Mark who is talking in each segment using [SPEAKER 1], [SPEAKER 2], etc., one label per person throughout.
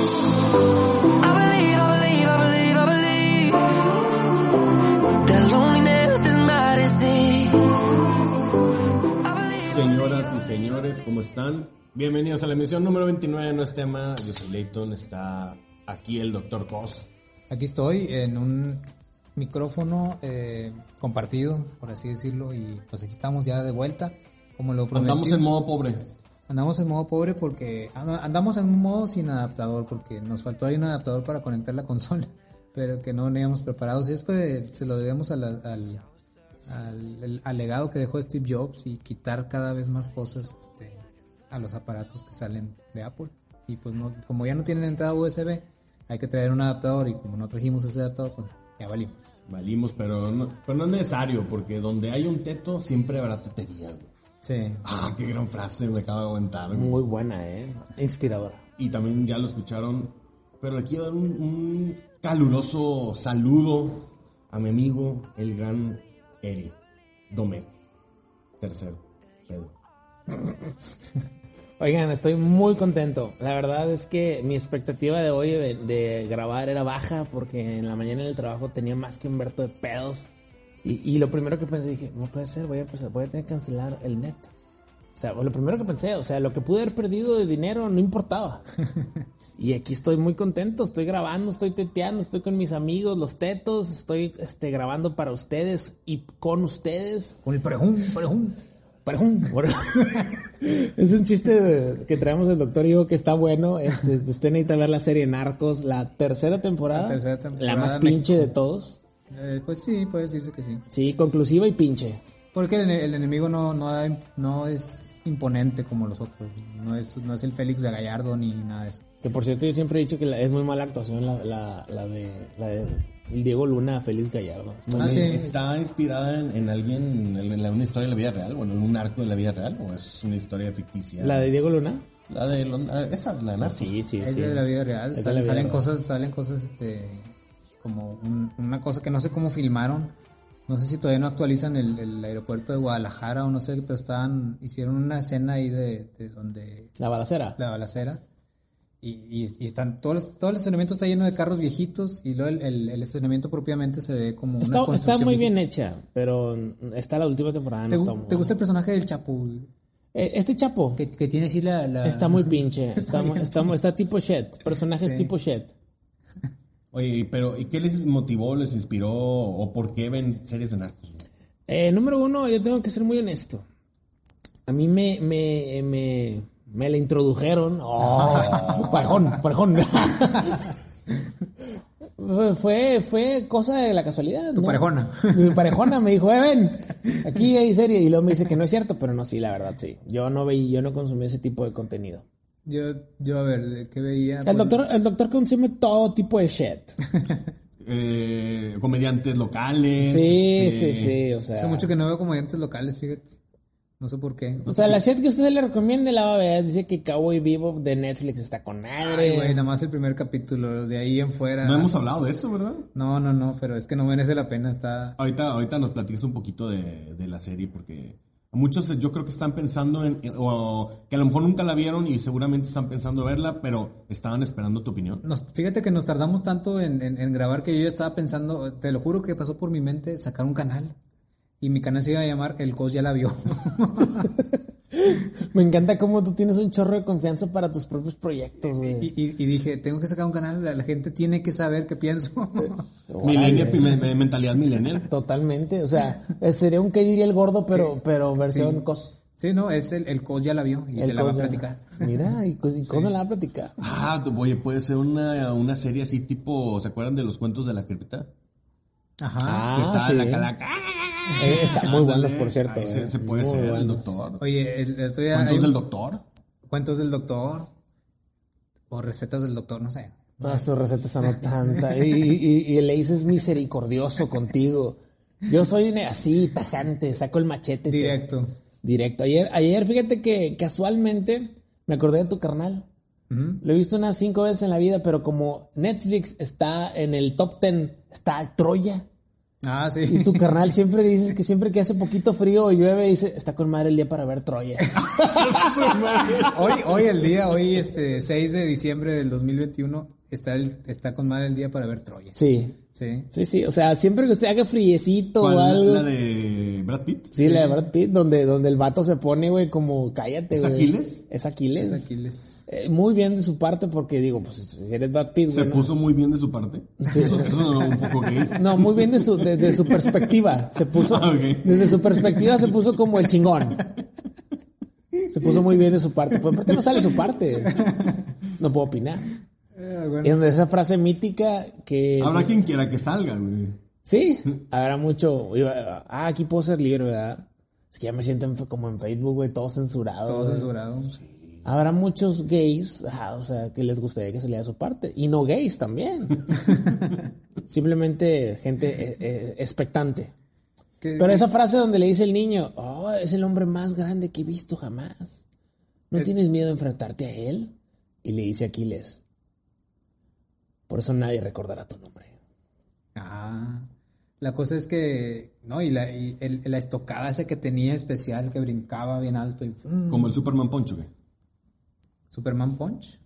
[SPEAKER 1] I believe, I believe, I believe, I believe that loneliness is my disease. I believe.
[SPEAKER 2] Señoras y señores, ¿cómo están? Bienvenidos a la emisión número 29 de No es tema. Yo soy Leighton, está aquí el doctor Cos.
[SPEAKER 3] Aquí estoy en un micrófono eh, compartido, por así decirlo, y pues aquí estamos ya de vuelta, como lo prometí.
[SPEAKER 2] Andamos en modo pobre.
[SPEAKER 3] Andamos en modo pobre porque and- andamos en un modo sin adaptador, porque nos faltó ahí un adaptador para conectar la consola, pero que no teníamos preparados. Es que se lo debemos a la- al, al, el- al legado que dejó Steve Jobs y quitar cada vez más cosas este, a los aparatos que salen de Apple. Y pues no, como ya no tienen entrada USB, hay que traer un adaptador y como no trajimos ese adaptador, pues ya valimos.
[SPEAKER 2] Valimos, pero no, pero no es necesario, porque donde hay un teto, siempre habrá tetería. güey.
[SPEAKER 3] Sí.
[SPEAKER 2] Ah, qué gran frase, me acaba de aguantar. güey.
[SPEAKER 4] Muy buena, ¿eh? Inspiradora.
[SPEAKER 2] Y también ya lo escucharon, pero le quiero dar un, un caluroso saludo a mi amigo, el gran Eri Domé. Tercero, Pedro.
[SPEAKER 4] Oigan, estoy muy contento. La verdad es que mi expectativa de hoy de, de grabar era baja porque en la mañana en el trabajo tenía más que un verto de pedos. Y, y lo primero que pensé, dije, no puede ser, voy a, empezar- voy a tener que cancelar el net. O sea, lo primero que pensé, o sea, lo que pude haber perdido de dinero no importaba. y aquí estoy muy contento, estoy grabando, estoy teteando, estoy con mis amigos, los tetos, estoy este, grabando para ustedes y con ustedes.
[SPEAKER 3] Con el parejón, parejón.
[SPEAKER 4] Parejón, parejón. es un chiste de- que traemos el doctor y yo que está bueno. Este, usted necesita ver la serie Narcos, la tercera temporada.
[SPEAKER 3] La tercera temporada,
[SPEAKER 4] la más
[SPEAKER 3] México.
[SPEAKER 4] pinche de todos.
[SPEAKER 3] Eh, pues sí, puede decirse que sí.
[SPEAKER 4] Sí, conclusiva y pinche.
[SPEAKER 3] Porque el, el enemigo no, no, da imp- no es imponente como los otros. No es, no es el Félix de Gallardo ni nada de eso.
[SPEAKER 4] Que por cierto, yo siempre he dicho que la- es muy mala actuación la, la, la de, la de Diego Luna, Félix Gallardo. Es muy-
[SPEAKER 3] Ah, sí.
[SPEAKER 2] ¿Está inspirada en, en alguien, en la- una historia de la vida real? Bueno, en un arco de la vida real, o es una historia ficticia.
[SPEAKER 4] ¿La de Diego Luna?
[SPEAKER 2] La de Lon- ah, esa, la de Narcos.
[SPEAKER 4] Sí, sí,
[SPEAKER 3] es
[SPEAKER 4] sí.
[SPEAKER 3] de la vida real.
[SPEAKER 4] Es de
[SPEAKER 3] Sal-
[SPEAKER 4] la vida
[SPEAKER 3] salen
[SPEAKER 4] real.
[SPEAKER 3] cosas, salen cosas este, como un- una cosa que no sé cómo filmaron. No sé si todavía no actualizan el, el aeropuerto de Guadalajara o no sé, pero estaban, hicieron una escena ahí de, de donde
[SPEAKER 4] La balacera.
[SPEAKER 3] la balacera. Y, y- y están todos los- todo el estacionamiento está lleno de carros viejitos y luego el, el- el estacionamiento propiamente se ve como una
[SPEAKER 4] Está, está
[SPEAKER 3] construcción
[SPEAKER 4] muy
[SPEAKER 3] viejita.
[SPEAKER 4] bien hecha, pero mm, está la última temporada. no
[SPEAKER 3] ¿Te, gu-
[SPEAKER 4] está muy
[SPEAKER 3] te gusta el
[SPEAKER 4] buena.
[SPEAKER 3] personaje del Chapo? güey?
[SPEAKER 4] Eh, Este chapo.
[SPEAKER 3] Que, que tiene así la... la-
[SPEAKER 4] Está muy pinche. Está, mu-
[SPEAKER 3] bien
[SPEAKER 4] está mu- está tipo shit. Personajes
[SPEAKER 3] Sí.
[SPEAKER 4] tipo shit.
[SPEAKER 2] Oye, y- pero ¿y qué les motivó, les inspiró o por qué ven series de narcos?
[SPEAKER 4] Eh, número uno, yo tengo que ser muy honesto. A mí me, me, me, me la introdujeron. Oh, parejón, parejón. Fue- fue, fue cosa de la casualidad. Tu
[SPEAKER 3] parejona.
[SPEAKER 4] Mi parejona me dijo, eh, ven, aquí hay serie. Y luego me dice que no es cierto, pero no, sí, la verdad, sí. Yo no veía, yo no consumí ese tipo de contenido.
[SPEAKER 3] Yo, yo, a ver, ¿de ¿qué veía?
[SPEAKER 4] El
[SPEAKER 3] Pues,
[SPEAKER 4] doctor, el doctor consume todo tipo de shit.
[SPEAKER 2] Eh, comediantes locales.
[SPEAKER 4] Sí,
[SPEAKER 2] este,
[SPEAKER 4] sí, sí, o sea.
[SPEAKER 3] Hace mucho que no veo comediantes locales, fíjate. No sé por qué.
[SPEAKER 4] O sea, la shit que usted se le recomiende la va a ver. Dice que Cowboy Vivo de Netflix está con madre.
[SPEAKER 3] Ay, güey, nada más el primer capítulo, de ahí en fuera.
[SPEAKER 2] No hemos hablado de eso, ¿verdad?
[SPEAKER 3] No, no, no, pero es que no merece la pena, está...
[SPEAKER 2] Ahorita, ahorita nos platicas un poquito de, de la serie porque a muchos yo creo que están pensando en, en- o que a lo mejor nunca la vieron y seguramente están pensando verla, pero estaban esperando tu opinión.
[SPEAKER 3] Nos, fíjate que nos tardamos tanto en, en- en grabar que yo ya estaba pensando, te lo juro que pasó por mi mente sacar un canal. Y mi canal se iba a llamar El Cos ya la vio.
[SPEAKER 4] Me encanta cómo tú tienes un chorro de confianza para tus propios proyectos,
[SPEAKER 3] y,
[SPEAKER 4] güey.
[SPEAKER 3] y- y dije, tengo que sacar un canal, la, la gente tiene que saber qué pienso.
[SPEAKER 2] Millennial, me- me- mentalidad millennial.
[SPEAKER 4] Totalmente. O sea, eh, sería un que diría el gordo, pero, pero versión
[SPEAKER 3] sí.
[SPEAKER 4] cos.
[SPEAKER 3] sí, no, es el, el Cos ya la vio y
[SPEAKER 4] el
[SPEAKER 3] te la va a
[SPEAKER 4] cos de-
[SPEAKER 3] platicar.
[SPEAKER 4] Mira, y, cos- y cos no la va a platicar.
[SPEAKER 2] Ah, tú- oye, puede ser una, una serie así tipo, ¿se acuerdan de los cuentos de la cripta?
[SPEAKER 3] Ajá.
[SPEAKER 4] Ah,
[SPEAKER 2] Que estaba
[SPEAKER 4] sí.
[SPEAKER 2] la calaca.
[SPEAKER 4] Eh, está muy buenos, por
[SPEAKER 2] Ándale.
[SPEAKER 4] cierto.
[SPEAKER 2] Ahí
[SPEAKER 4] eh.
[SPEAKER 2] se, se puede
[SPEAKER 4] Muy
[SPEAKER 2] ser el
[SPEAKER 4] buenos.
[SPEAKER 2] doctor.
[SPEAKER 3] Oye, el, el otro día...
[SPEAKER 2] ¿Cuentos
[SPEAKER 3] hay un-
[SPEAKER 2] del doctor?
[SPEAKER 3] cuentos del doctor o recetas del doctor, no sé.
[SPEAKER 4] Ah, sus recetas son no tanta. Y, y, y el Ace es misericordioso contigo. Yo soy así, tajante, saco el machete. te-
[SPEAKER 3] Directo.
[SPEAKER 4] Directo. Ayer, ayer fíjate que casualmente me acordé de tu carnal. Lo he visto unas cinco veces en la vida, pero como Netflix está en el top ten, está Troya.
[SPEAKER 3] Ah,
[SPEAKER 4] Y
[SPEAKER 3] sí.
[SPEAKER 4] tu carnal siempre que dices que siempre que hace poquito frío o llueve, dice, está con madre el día para ver Troya.
[SPEAKER 3] Hoy, hoy el día, hoy este 6 de diciembre del 2021, está, el, está con madre el día para ver Troya.
[SPEAKER 4] Sí.
[SPEAKER 3] Sí.
[SPEAKER 4] Sí, sí. O sea, siempre que usted haga friecito o algo.
[SPEAKER 2] ¿La de Brad Pitt?
[SPEAKER 4] Sí, la de Brad Pitt, donde, donde el vato se pone, güey, como cállate,
[SPEAKER 2] ¿Es
[SPEAKER 4] güey.
[SPEAKER 2] Aquiles?
[SPEAKER 4] Es Aquiles.
[SPEAKER 3] Es Aquiles.
[SPEAKER 4] Eh, muy bien de su parte, porque digo, pues si eres Brad Pitt,
[SPEAKER 2] Se
[SPEAKER 4] güey, ¿no?
[SPEAKER 2] puso muy bien de su parte. Eso, eso no, un poco gay.
[SPEAKER 4] No, muy bien de su, de, de su perspectiva. Se puso,
[SPEAKER 2] Ah, ok.
[SPEAKER 4] desde su perspectiva se puso como el chingón. Se puso muy bien de su parte. Pues, ¿Por qué no sale su parte? No puedo opinar.
[SPEAKER 3] Eh, bueno.
[SPEAKER 4] Y donde esa frase mítica que.
[SPEAKER 2] Habrá quien quiera que salga, güey.
[SPEAKER 4] Sí, habrá mucho. iba- Ah, aquí puedo ser libre, ¿verdad? Es que ya me siento en- como en Facebook, güey, todo censurado.
[SPEAKER 3] Todo
[SPEAKER 4] güey.
[SPEAKER 3] censurado.
[SPEAKER 4] Habrá muchos gays, ajá, o sea, que les gustaría que se lea su parte. Y no gays también. Simplemente gente eh, eh, expectante.
[SPEAKER 3] Que-
[SPEAKER 4] Pero esa frase donde le dice el niño, oh, es el hombre más grande que he visto jamás. ¿No tienes miedo de enfrentarte a él? Y le dice Aquiles, por eso nadie recordará tu nombre.
[SPEAKER 3] Ah, la cosa es que, no, y la, y el- la estocada esa que tenía especial, que brincaba bien alto y ¡fum!
[SPEAKER 2] Como el Superman Poncho, güey.
[SPEAKER 3] Superman Punch.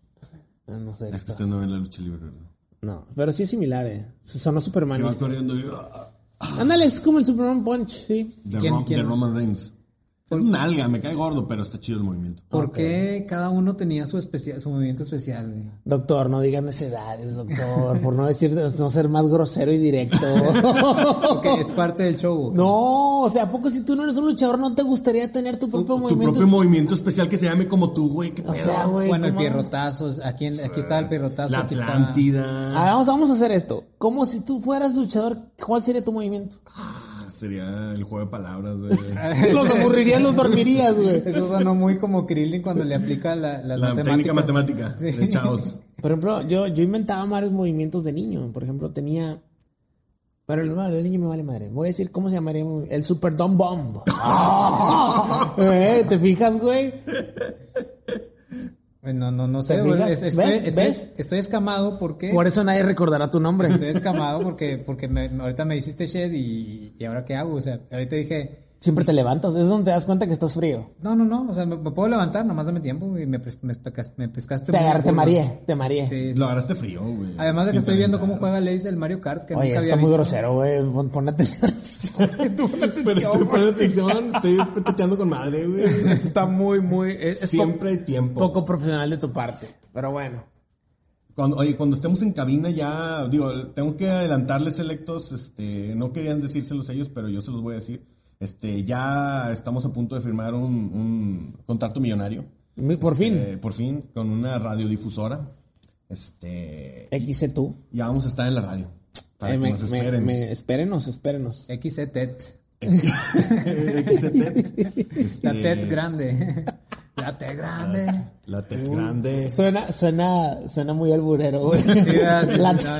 [SPEAKER 4] Ah, No sé.
[SPEAKER 2] Es que
[SPEAKER 4] esto-
[SPEAKER 2] usted no ve la lucha libre, ¿verdad?
[SPEAKER 4] No, pero sí es similar, eh. Sonó Superman.
[SPEAKER 2] Que va corriendo y... ah,
[SPEAKER 4] Ándale, es como el Superman Punch, sí.
[SPEAKER 2] De,
[SPEAKER 3] ¿Quién-
[SPEAKER 2] Rom-
[SPEAKER 3] quién?
[SPEAKER 2] de Roman Reigns. Es
[SPEAKER 4] Pues,
[SPEAKER 2] un alga, me cae gordo, pero está chido el movimiento.
[SPEAKER 3] ¿Por qué cada uno tenía su especial, su movimiento especial, güey?
[SPEAKER 4] Doctor, no digan necedades, doctor, por no decir, no ser más grosero y directo.
[SPEAKER 3] Porque es parte del show. güey.
[SPEAKER 4] no, o sea, ¿a poco si tú no eres un luchador no te gustaría tener tu propio
[SPEAKER 2] Tu
[SPEAKER 4] movimiento?
[SPEAKER 2] propio movimiento especial que se llame como tú, güey. qué
[SPEAKER 4] O
[SPEAKER 2] pedo.
[SPEAKER 4] sea, güey.
[SPEAKER 3] bueno, el
[SPEAKER 4] ¿cómo?
[SPEAKER 3] pierrotazo, aquí, en- aquí está el pierrotazo,
[SPEAKER 2] la
[SPEAKER 3] aquí está-
[SPEAKER 2] Atlántida.
[SPEAKER 4] Ah, vamos, vamos a hacer esto. Como si tú fueras luchador, ¿cuál sería tu movimiento?
[SPEAKER 2] Ah, Sería el juego de palabras, güey.
[SPEAKER 4] Los aburrirías, los dormirías, güey.
[SPEAKER 3] Eso sonó muy como Krillin cuando le aplica la, las
[SPEAKER 2] la
[SPEAKER 3] matemáticas.
[SPEAKER 2] técnica matemática.
[SPEAKER 3] Sí.
[SPEAKER 2] De chaos.
[SPEAKER 4] Por ejemplo, yo, yo inventaba varios movimientos de niño. Por ejemplo, tenía. Pero el nombre del niño me vale madre. Voy a decir cómo se llamaría mi- el Super Dumb Bomb. ¡Ah! Eh, ¿Te fijas, güey?
[SPEAKER 3] Bueno, no, no sé,
[SPEAKER 4] ¿Te
[SPEAKER 3] güey,
[SPEAKER 4] fijas?
[SPEAKER 3] es- estoy,
[SPEAKER 4] ¿Ves?
[SPEAKER 3] estoy-
[SPEAKER 4] ¿Ves?
[SPEAKER 3] estoy escamado porque...
[SPEAKER 4] Por eso nadie recordará tu nombre.
[SPEAKER 3] Estoy escamado porque, porque me- me- ahorita me hiciste shed y, y ahora qué hago. O sea, ahorita dije,
[SPEAKER 4] Siempre te levantas. Es donde te das cuenta que estás frío.
[SPEAKER 3] no, no, no, o sea, me, me puedo levantar, nomás dame tiempo y me, pes- me, pescas- me pescaste.
[SPEAKER 4] Te
[SPEAKER 3] muy
[SPEAKER 4] agarré, te
[SPEAKER 3] burro.
[SPEAKER 4] mareé, te mareé.
[SPEAKER 3] Sí, sí.
[SPEAKER 2] Lo agarraste frío, güey.
[SPEAKER 3] Además de que
[SPEAKER 2] Sin
[SPEAKER 3] estoy viendo
[SPEAKER 2] pensar.
[SPEAKER 3] cómo juega Lace el Mario Kart, que
[SPEAKER 4] Oye,
[SPEAKER 3] nunca había
[SPEAKER 4] está muy
[SPEAKER 3] visto.
[SPEAKER 4] grosero, güey. Pon, pon atención. Tú pon
[SPEAKER 2] Pero estoy
[SPEAKER 4] atención, güey.
[SPEAKER 2] poniendo atención, estoy teteando con madre, güey.
[SPEAKER 4] Está muy, muy. Es, es po-
[SPEAKER 2] Siempre hay tiempo.
[SPEAKER 4] poco profesional de tu parte. Pero bueno.
[SPEAKER 2] Cuando, oye, cuando estemos en cabina ya, digo, tengo que adelantarles selectos, este, no querían decírselos ellos, pero yo se los voy a decir. Este, ya estamos a punto de firmar un, un contrato millonario.
[SPEAKER 4] Mi- Por fin.
[SPEAKER 2] Eh, por fin, con una radiodifusora. Este,
[SPEAKER 4] XC tú.
[SPEAKER 2] ya vamos a estar en la radio. Para
[SPEAKER 4] Eh,
[SPEAKER 2] que
[SPEAKER 4] me,
[SPEAKER 2] nos
[SPEAKER 4] me-
[SPEAKER 2] esperen.
[SPEAKER 4] me- espérenos, espérenos.
[SPEAKER 3] XZ Tet.
[SPEAKER 2] XTET. Este,
[SPEAKER 3] La Tet grande. La Tet grande.
[SPEAKER 2] La T grande.
[SPEAKER 4] Suena, suena, suena muy alburero, güey.
[SPEAKER 3] ¿verdad? Sí,
[SPEAKER 4] La
[SPEAKER 3] no, no,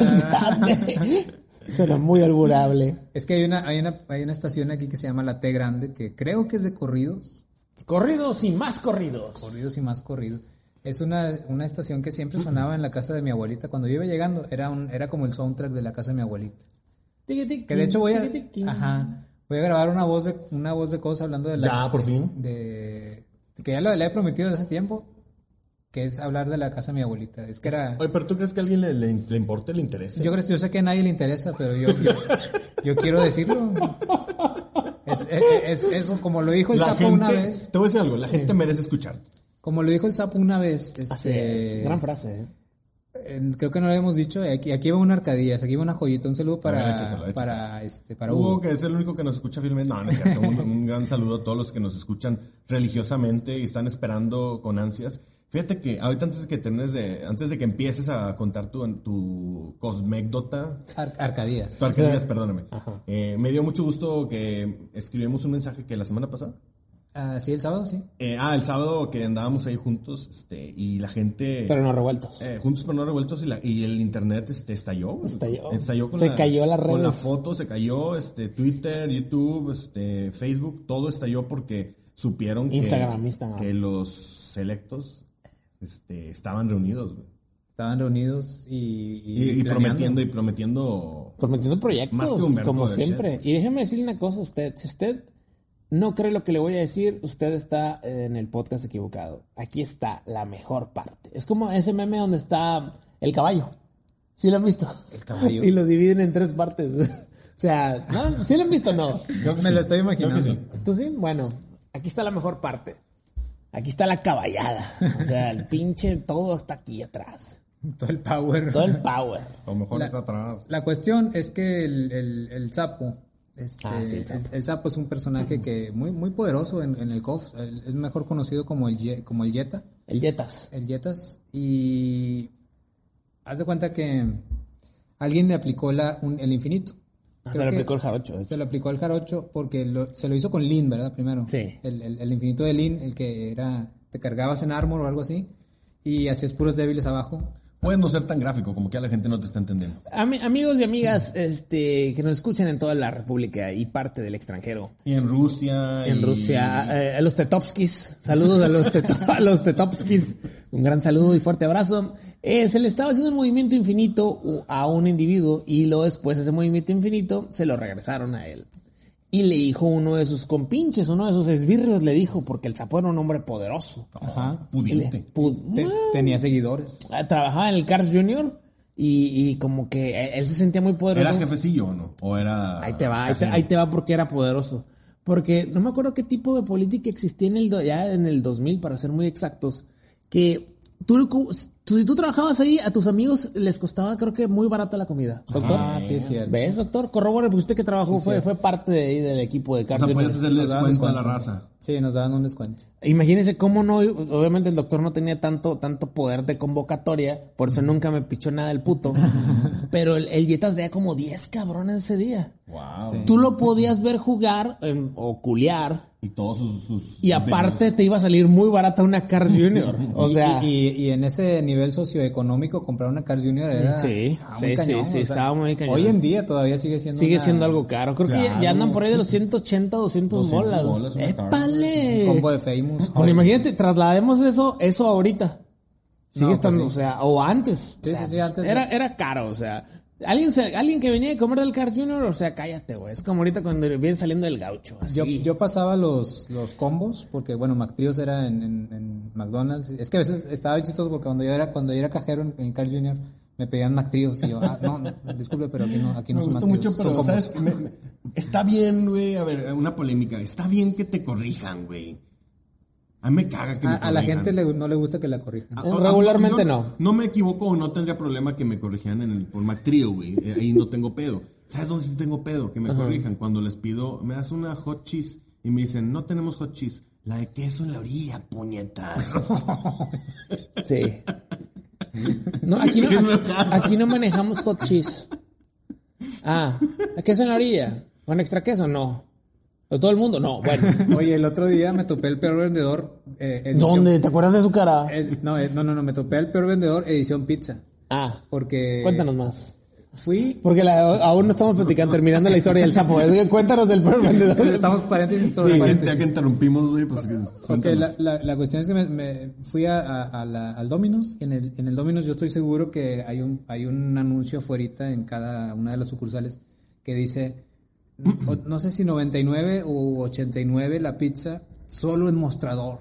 [SPEAKER 4] tendade. Suena muy alburable.
[SPEAKER 3] Es que hay una, hay una, hay una estación aquí que se llama La T grande, que creo que es de corridos,
[SPEAKER 4] Corridos y más corridos.
[SPEAKER 3] corridos y más corridos. Es una, una estación que siempre sonaba en la casa de mi abuelita. Cuando yo iba llegando, era un, era como el soundtrack de la casa de mi abuelita. Que de hecho voy a, ajá, voy a grabar una voz de una voz de cosas hablando de la
[SPEAKER 2] Ya, por fin.
[SPEAKER 3] de que ya lo le he prometido desde hace tiempo, que es hablar de la casa de mi abuelita. Es que era
[SPEAKER 2] Oye, pero ¿tú crees que a alguien le, le, le importe, le interese?
[SPEAKER 3] yo creo yo sé que a nadie le interesa, pero yo yo, yo quiero decirlo. Es, es- es- eso como lo dijo el
[SPEAKER 2] la
[SPEAKER 3] sapo
[SPEAKER 2] gente,
[SPEAKER 3] una vez,
[SPEAKER 2] Te voy a decir algo, la gente merece escucharte.
[SPEAKER 3] como lo dijo el sapo una vez,
[SPEAKER 4] Así
[SPEAKER 3] este,
[SPEAKER 4] es. Gran frase, ¿eh?
[SPEAKER 3] en- creo que no lo habíamos dicho, aquí aquí va una arcadías, aquí va una joyita, un saludo para
[SPEAKER 2] ver, échatelo, échatelo.
[SPEAKER 3] para este para
[SPEAKER 2] Hugo,
[SPEAKER 3] Hugo.
[SPEAKER 2] que es el único que nos escucha firme. No, no es cierto. un, un gran saludo a todos los que nos escuchan religiosamente y están esperando con ansias. Fíjate que ahorita antes de que termines de, antes de que empieces a contar tu, tu cosmécdota,
[SPEAKER 3] Ar- arcadías.
[SPEAKER 2] tu arcanías, perdóname. Eh, me dio mucho gusto que escribimos un mensaje que la semana pasada
[SPEAKER 3] Ah, sí, el sábado, sí.
[SPEAKER 2] Eh, ah, el sábado que andábamos ahí juntos, este, y la gente.
[SPEAKER 4] Pero no revueltos.
[SPEAKER 2] eh, juntos pero no revueltos y, la- y el internet este, estalló. güey.
[SPEAKER 4] Estalló.
[SPEAKER 2] Estalló con
[SPEAKER 4] Se cayó las
[SPEAKER 2] Con la
[SPEAKER 4] redes.
[SPEAKER 2] foto, se cayó este, Twitter, YouTube, este, Facebook, todo estalló porque supieron que-
[SPEAKER 4] Instagram,
[SPEAKER 2] que,
[SPEAKER 4] Instagram.
[SPEAKER 2] los selectos este, estaban reunidos güey.
[SPEAKER 3] Estaban reunidos y...
[SPEAKER 2] y, y
[SPEAKER 3] planeando.
[SPEAKER 2] prometiendo y prometiendo.
[SPEAKER 4] Prometiendo Pues proyectos,
[SPEAKER 2] Más que Humberto
[SPEAKER 4] como
[SPEAKER 2] de
[SPEAKER 4] siempre. Y déjeme decirle una cosa a usted. Si usted no cree lo que le voy a decir, usted está en el podcast equivocado. Aquí está la mejor parte. Es como ese meme donde está el caballo. ¿Sí lo han visto? El
[SPEAKER 3] caballo.
[SPEAKER 4] Y lo dividen en tres partes. o sea, ¿no? ¿sí lo han visto o no?
[SPEAKER 3] Me lo estoy imaginando.
[SPEAKER 4] ¿Tú sí? Bueno, aquí está la mejor parte. Aquí está la caballada. O sea, el pinche todo está aquí atrás.
[SPEAKER 3] Todo el power.
[SPEAKER 4] Todo el power.
[SPEAKER 2] A lo mejor
[SPEAKER 3] La-
[SPEAKER 2] está atrás.
[SPEAKER 3] La cuestión es que el, el- el sapo, este,
[SPEAKER 4] Ah, sí, el
[SPEAKER 3] el,
[SPEAKER 4] sapo.
[SPEAKER 3] el sapo es un personaje que muy, muy poderoso en, en el KOF, el- es mejor conocido como el, Ye- como el Yeta,
[SPEAKER 4] El Yetas.
[SPEAKER 3] el Yetas, y haz de cuenta que alguien le aplicó la, un- el infinito.
[SPEAKER 4] Ah,
[SPEAKER 3] Creo
[SPEAKER 4] se lo
[SPEAKER 3] que
[SPEAKER 4] aplicó el jarocho. de hecho.
[SPEAKER 3] Se lo aplicó al jarocho porque lo- se lo hizo con Lin, ¿verdad? Primero.
[SPEAKER 4] Sí.
[SPEAKER 3] El, el- el infinito de Lin, el que era, te cargabas en armor o algo así, y hacías puros débiles abajo.
[SPEAKER 2] Puede no ser tan gráfico, como que a la gente no te está entendiendo.
[SPEAKER 4] Ami- amigos y amigas este, que nos escuchan en toda la República y parte del extranjero.
[SPEAKER 2] Y en Rusia.
[SPEAKER 4] En
[SPEAKER 2] y-
[SPEAKER 4] Rusia, eh, a los Tetopskis, saludos a los, Teto- a los Tetopskis, un gran saludo y fuerte abrazo. Eh, se le estaba haciendo un movimiento infinito u- a un individuo y luego después ese movimiento infinito se lo regresaron a él. Y le dijo uno de sus compinches, uno de sus esbirrios le dijo, porque el sapo era un hombre poderoso.
[SPEAKER 3] Ajá.
[SPEAKER 4] Y le
[SPEAKER 2] Pudiente.
[SPEAKER 4] pud-
[SPEAKER 3] Te- tenía seguidores.
[SPEAKER 4] Ah, trabajaba en el Cars Junior y, y como que eh, él se sentía muy poderoso.
[SPEAKER 2] ¿Era jefecillo o no? ¿O era.?
[SPEAKER 4] Ahí te va, ahí te,
[SPEAKER 2] cajero?
[SPEAKER 4] ahí te va porque era poderoso. Porque no me acuerdo qué tipo de política existía en el do- ya en el 2000, para ser muy exactos, que tú, le cu- tú- si tú trabajabas ahí, a tus amigos les costaba creo que muy barata la comida. Doctor,
[SPEAKER 3] Ah, sí, es cierto.
[SPEAKER 4] ¿ves, doctor? Corrobore, porque usted que trabajó fue, fue parte de ahí del equipo de Pues,
[SPEAKER 2] O
[SPEAKER 4] Carlos.
[SPEAKER 2] sea, puedes hacerle
[SPEAKER 3] Nos daban
[SPEAKER 2] descuento a la
[SPEAKER 3] descuento.
[SPEAKER 2] raza.
[SPEAKER 3] Sí, nos daban un descuento.
[SPEAKER 4] Imagínense cómo no, obviamente el doctor no tenía tanto, tanto poder de convocatoria, por eso nunca me pichó nada el puto. pero el, el Yetas veía como 10 cabrones ese día.
[SPEAKER 2] Wow.
[SPEAKER 4] Tú lo podías ver jugar em, o culiar
[SPEAKER 2] Y todos sus. sus-
[SPEAKER 4] y aparte te iba a salir muy barata una Cars Junior. O
[SPEAKER 3] Y-
[SPEAKER 4] sea,
[SPEAKER 3] y, y en ese nivel socioeconómico comprar una Cars Junior era
[SPEAKER 4] Sí,
[SPEAKER 3] estaba
[SPEAKER 4] sí,
[SPEAKER 3] muy
[SPEAKER 4] sí, sí, estaba muy cañón.
[SPEAKER 3] Hoy en día todavía sigue siendo
[SPEAKER 4] sigue
[SPEAKER 3] una-
[SPEAKER 4] siendo algo caro. Creo que ya- ya andan por ahí de los 180,
[SPEAKER 2] 200
[SPEAKER 4] 200, bolas.
[SPEAKER 2] bolas una Cars,
[SPEAKER 4] ¡Épale!
[SPEAKER 3] un combo de Famous.
[SPEAKER 4] Pues imagínate, traslademos eso, eso ahorita. Sigue
[SPEAKER 3] pues
[SPEAKER 4] estando,
[SPEAKER 3] sí.
[SPEAKER 4] o sea, o antes.
[SPEAKER 3] Sí,
[SPEAKER 4] o sea,
[SPEAKER 3] sí, sí, antes
[SPEAKER 4] Era, era caro, o sea. Alguien, se- alguien que venía de comer del Cars Junior, o sea, cállate, güey. Es como ahorita cuando viene saliendo del gaucho.
[SPEAKER 3] yo,
[SPEAKER 4] Así.
[SPEAKER 3] yo pasaba los, los combos porque bueno, McTrios era en, en- en McDonald's. Es que a veces estaba bien chistoso porque cuando yo era cuando yo era cajero en, en Cars Junior me pedían McTrios y yo, ah, no, no, disculpe, pero aquí no aquí no
[SPEAKER 2] Me
[SPEAKER 3] son
[SPEAKER 2] gusta
[SPEAKER 3] McTrios,
[SPEAKER 2] mucho,
[SPEAKER 3] son
[SPEAKER 2] pero.
[SPEAKER 3] combos.
[SPEAKER 2] ¿sabes? Me- me- está bien, güey. A ver, una polémica. Está bien que te corrijan, güey. A mí me caga que me
[SPEAKER 3] a, a la
[SPEAKER 2] corrijan.
[SPEAKER 3] gente le- no le gusta que la corrijan.
[SPEAKER 2] A- a-
[SPEAKER 4] Eh, Regularmente
[SPEAKER 2] yo
[SPEAKER 4] no.
[SPEAKER 2] Ah, No me equivoco o no tendría problema que me corrigieran en el por Mactrío, güey. Eh, Ahí no tengo pedo. ¿Sabes dónde sí tengo pedo? Que me corrijan. Cuando les pido, me das una hot cheese y me dicen, no tenemos hot cheese. La de queso en la orilla, puñetas.
[SPEAKER 4] Sí. No, aquí, no, aquí, aquí no manejamos hot cheese. Ah, ¿a queso en la orilla? ¿Con extra queso? No. ¿O todo el mundo? No, bueno.
[SPEAKER 3] Oye, el otro día me topé el peor vendedor eh, edición-
[SPEAKER 4] ¿Te acuerdas de su cara?
[SPEAKER 3] Eh, no, eh, no, no, no, me topé al peor vendedor edición pizza.
[SPEAKER 4] Ah,
[SPEAKER 3] Porque
[SPEAKER 4] cuéntanos más.
[SPEAKER 3] fui,
[SPEAKER 4] Porque la- aún no estamos platicando, terminando la historia del sapo. Es que cuéntanos del peor vendedor.
[SPEAKER 3] estamos paréntesis sobre
[SPEAKER 2] ya que
[SPEAKER 3] paréntesis.
[SPEAKER 2] interrumpimos, güey, pues que-
[SPEAKER 3] Ok,
[SPEAKER 2] cuéntanos.
[SPEAKER 3] la, la, la cuestión es que me, me fui a, a- a la- al Dominos. En el, en el Dominos yo estoy seguro que hay un, hay un anuncio afuera en cada una de las sucursales que dice, o- no sé si 99 o 89 la pizza, solo en mostrador.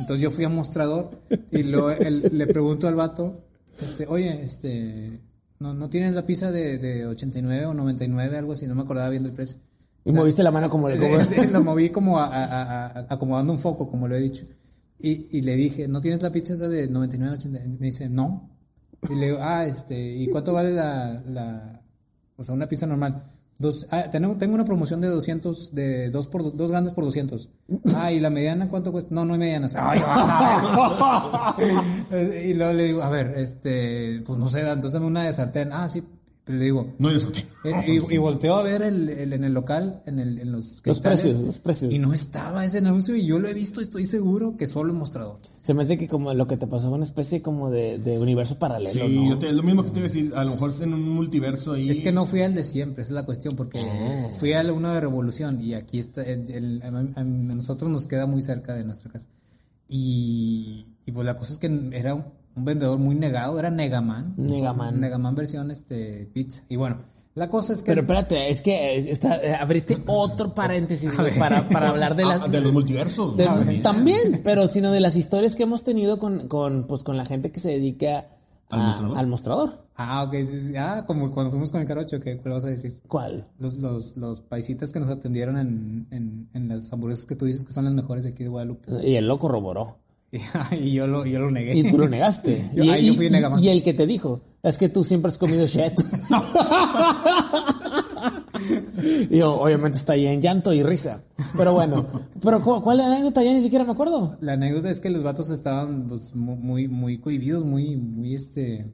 [SPEAKER 3] Entonces yo fui a mostrador y lo, el- le pregunto al vato, este, oye, este, ¿no, no tienes la pizza de, de 89 o 99, algo así? No me acordaba bien del precio.
[SPEAKER 4] Y moviste la mano como el como-
[SPEAKER 3] Sí, lo moví como a- a- a- a- acomodando un foco, como lo he dicho. Y, y le dije, ¿no tienes la pizza esa de 99, 80? Y me dice, no. Y le digo, ah, este, ¿y cuánto vale la, la o sea, una pizza normal? Dos, ah, tenemos, tengo una promoción de 200, de dos, por, do- dos grandes por 200. Ah, ¿y la mediana cuánto cuesta? No, no hay medianas. Ay, ah, no. y luego le digo, a ver, este, pues no sé, entonces dame una de sartén. Ah, sí, Pero le digo,
[SPEAKER 2] No disfruté.
[SPEAKER 3] eh, y, y volteo a ver el, el- en el local, en, el, en los cristales,
[SPEAKER 4] precios, los precios.
[SPEAKER 3] Y no estaba ese anuncio y yo lo he visto, estoy seguro que solo el mostrador.
[SPEAKER 4] Se me hace que como lo que te pasó fue una especie como de, de universo paralelo,
[SPEAKER 2] Sí,
[SPEAKER 4] ¿no?
[SPEAKER 2] yo te- es lo mismo que te iba a decir. A lo mejor es en un multiverso ahí.
[SPEAKER 3] Es que no fui al de siempre, esa es la cuestión, porque
[SPEAKER 4] Oh.
[SPEAKER 3] fui al uno de Revolución y aquí está, el- el- a, a nosotros nos queda muy cerca de nuestra casa. Y, y pues la cosa es que era un, un vendedor muy negado, era Negaman.
[SPEAKER 4] Negaman.
[SPEAKER 3] Negaman versión este, pizza. Y bueno, la cosa es que...
[SPEAKER 4] Pero espérate, es que eh, está, eh, abriste otro paréntesis güey, para, para hablar de
[SPEAKER 2] Ah,
[SPEAKER 4] las...
[SPEAKER 2] de los multiversos.
[SPEAKER 4] de-
[SPEAKER 2] güey.
[SPEAKER 4] también, pero sino de las historias que hemos tenido con, con, pues, con la gente que se dedica
[SPEAKER 2] ¿Al
[SPEAKER 4] a-
[SPEAKER 2] mostrador?
[SPEAKER 4] al mostrador.
[SPEAKER 3] Ah, ok, sí, sí, ah, como cuando fuimos con el carocho, ¿qué, ¿cuál vas a decir?
[SPEAKER 4] ¿Cuál?
[SPEAKER 3] Los, los, los paisitas que nos atendieron en, en, en las hamburguesas que tú dices que son las mejores de aquí de Guadalupe.
[SPEAKER 4] Y él lo corroboró.
[SPEAKER 3] Y, yo, lo, yo lo negué.
[SPEAKER 4] Y tú lo negaste.
[SPEAKER 3] Yo-
[SPEAKER 4] y,
[SPEAKER 3] ah, yo
[SPEAKER 4] y-
[SPEAKER 3] fui
[SPEAKER 4] y-
[SPEAKER 3] Negaman.
[SPEAKER 4] y el que te dijo, es que tú siempre has comido shit. y yo, obviamente está ahí en llanto y risa. Pero bueno, pero cu- ¿cuál era la anécdota? Ya ni siquiera me acuerdo.
[SPEAKER 3] La anécdota es que los vatos estaban pues, mu- muy, muy cohibidos, muy, muy, este,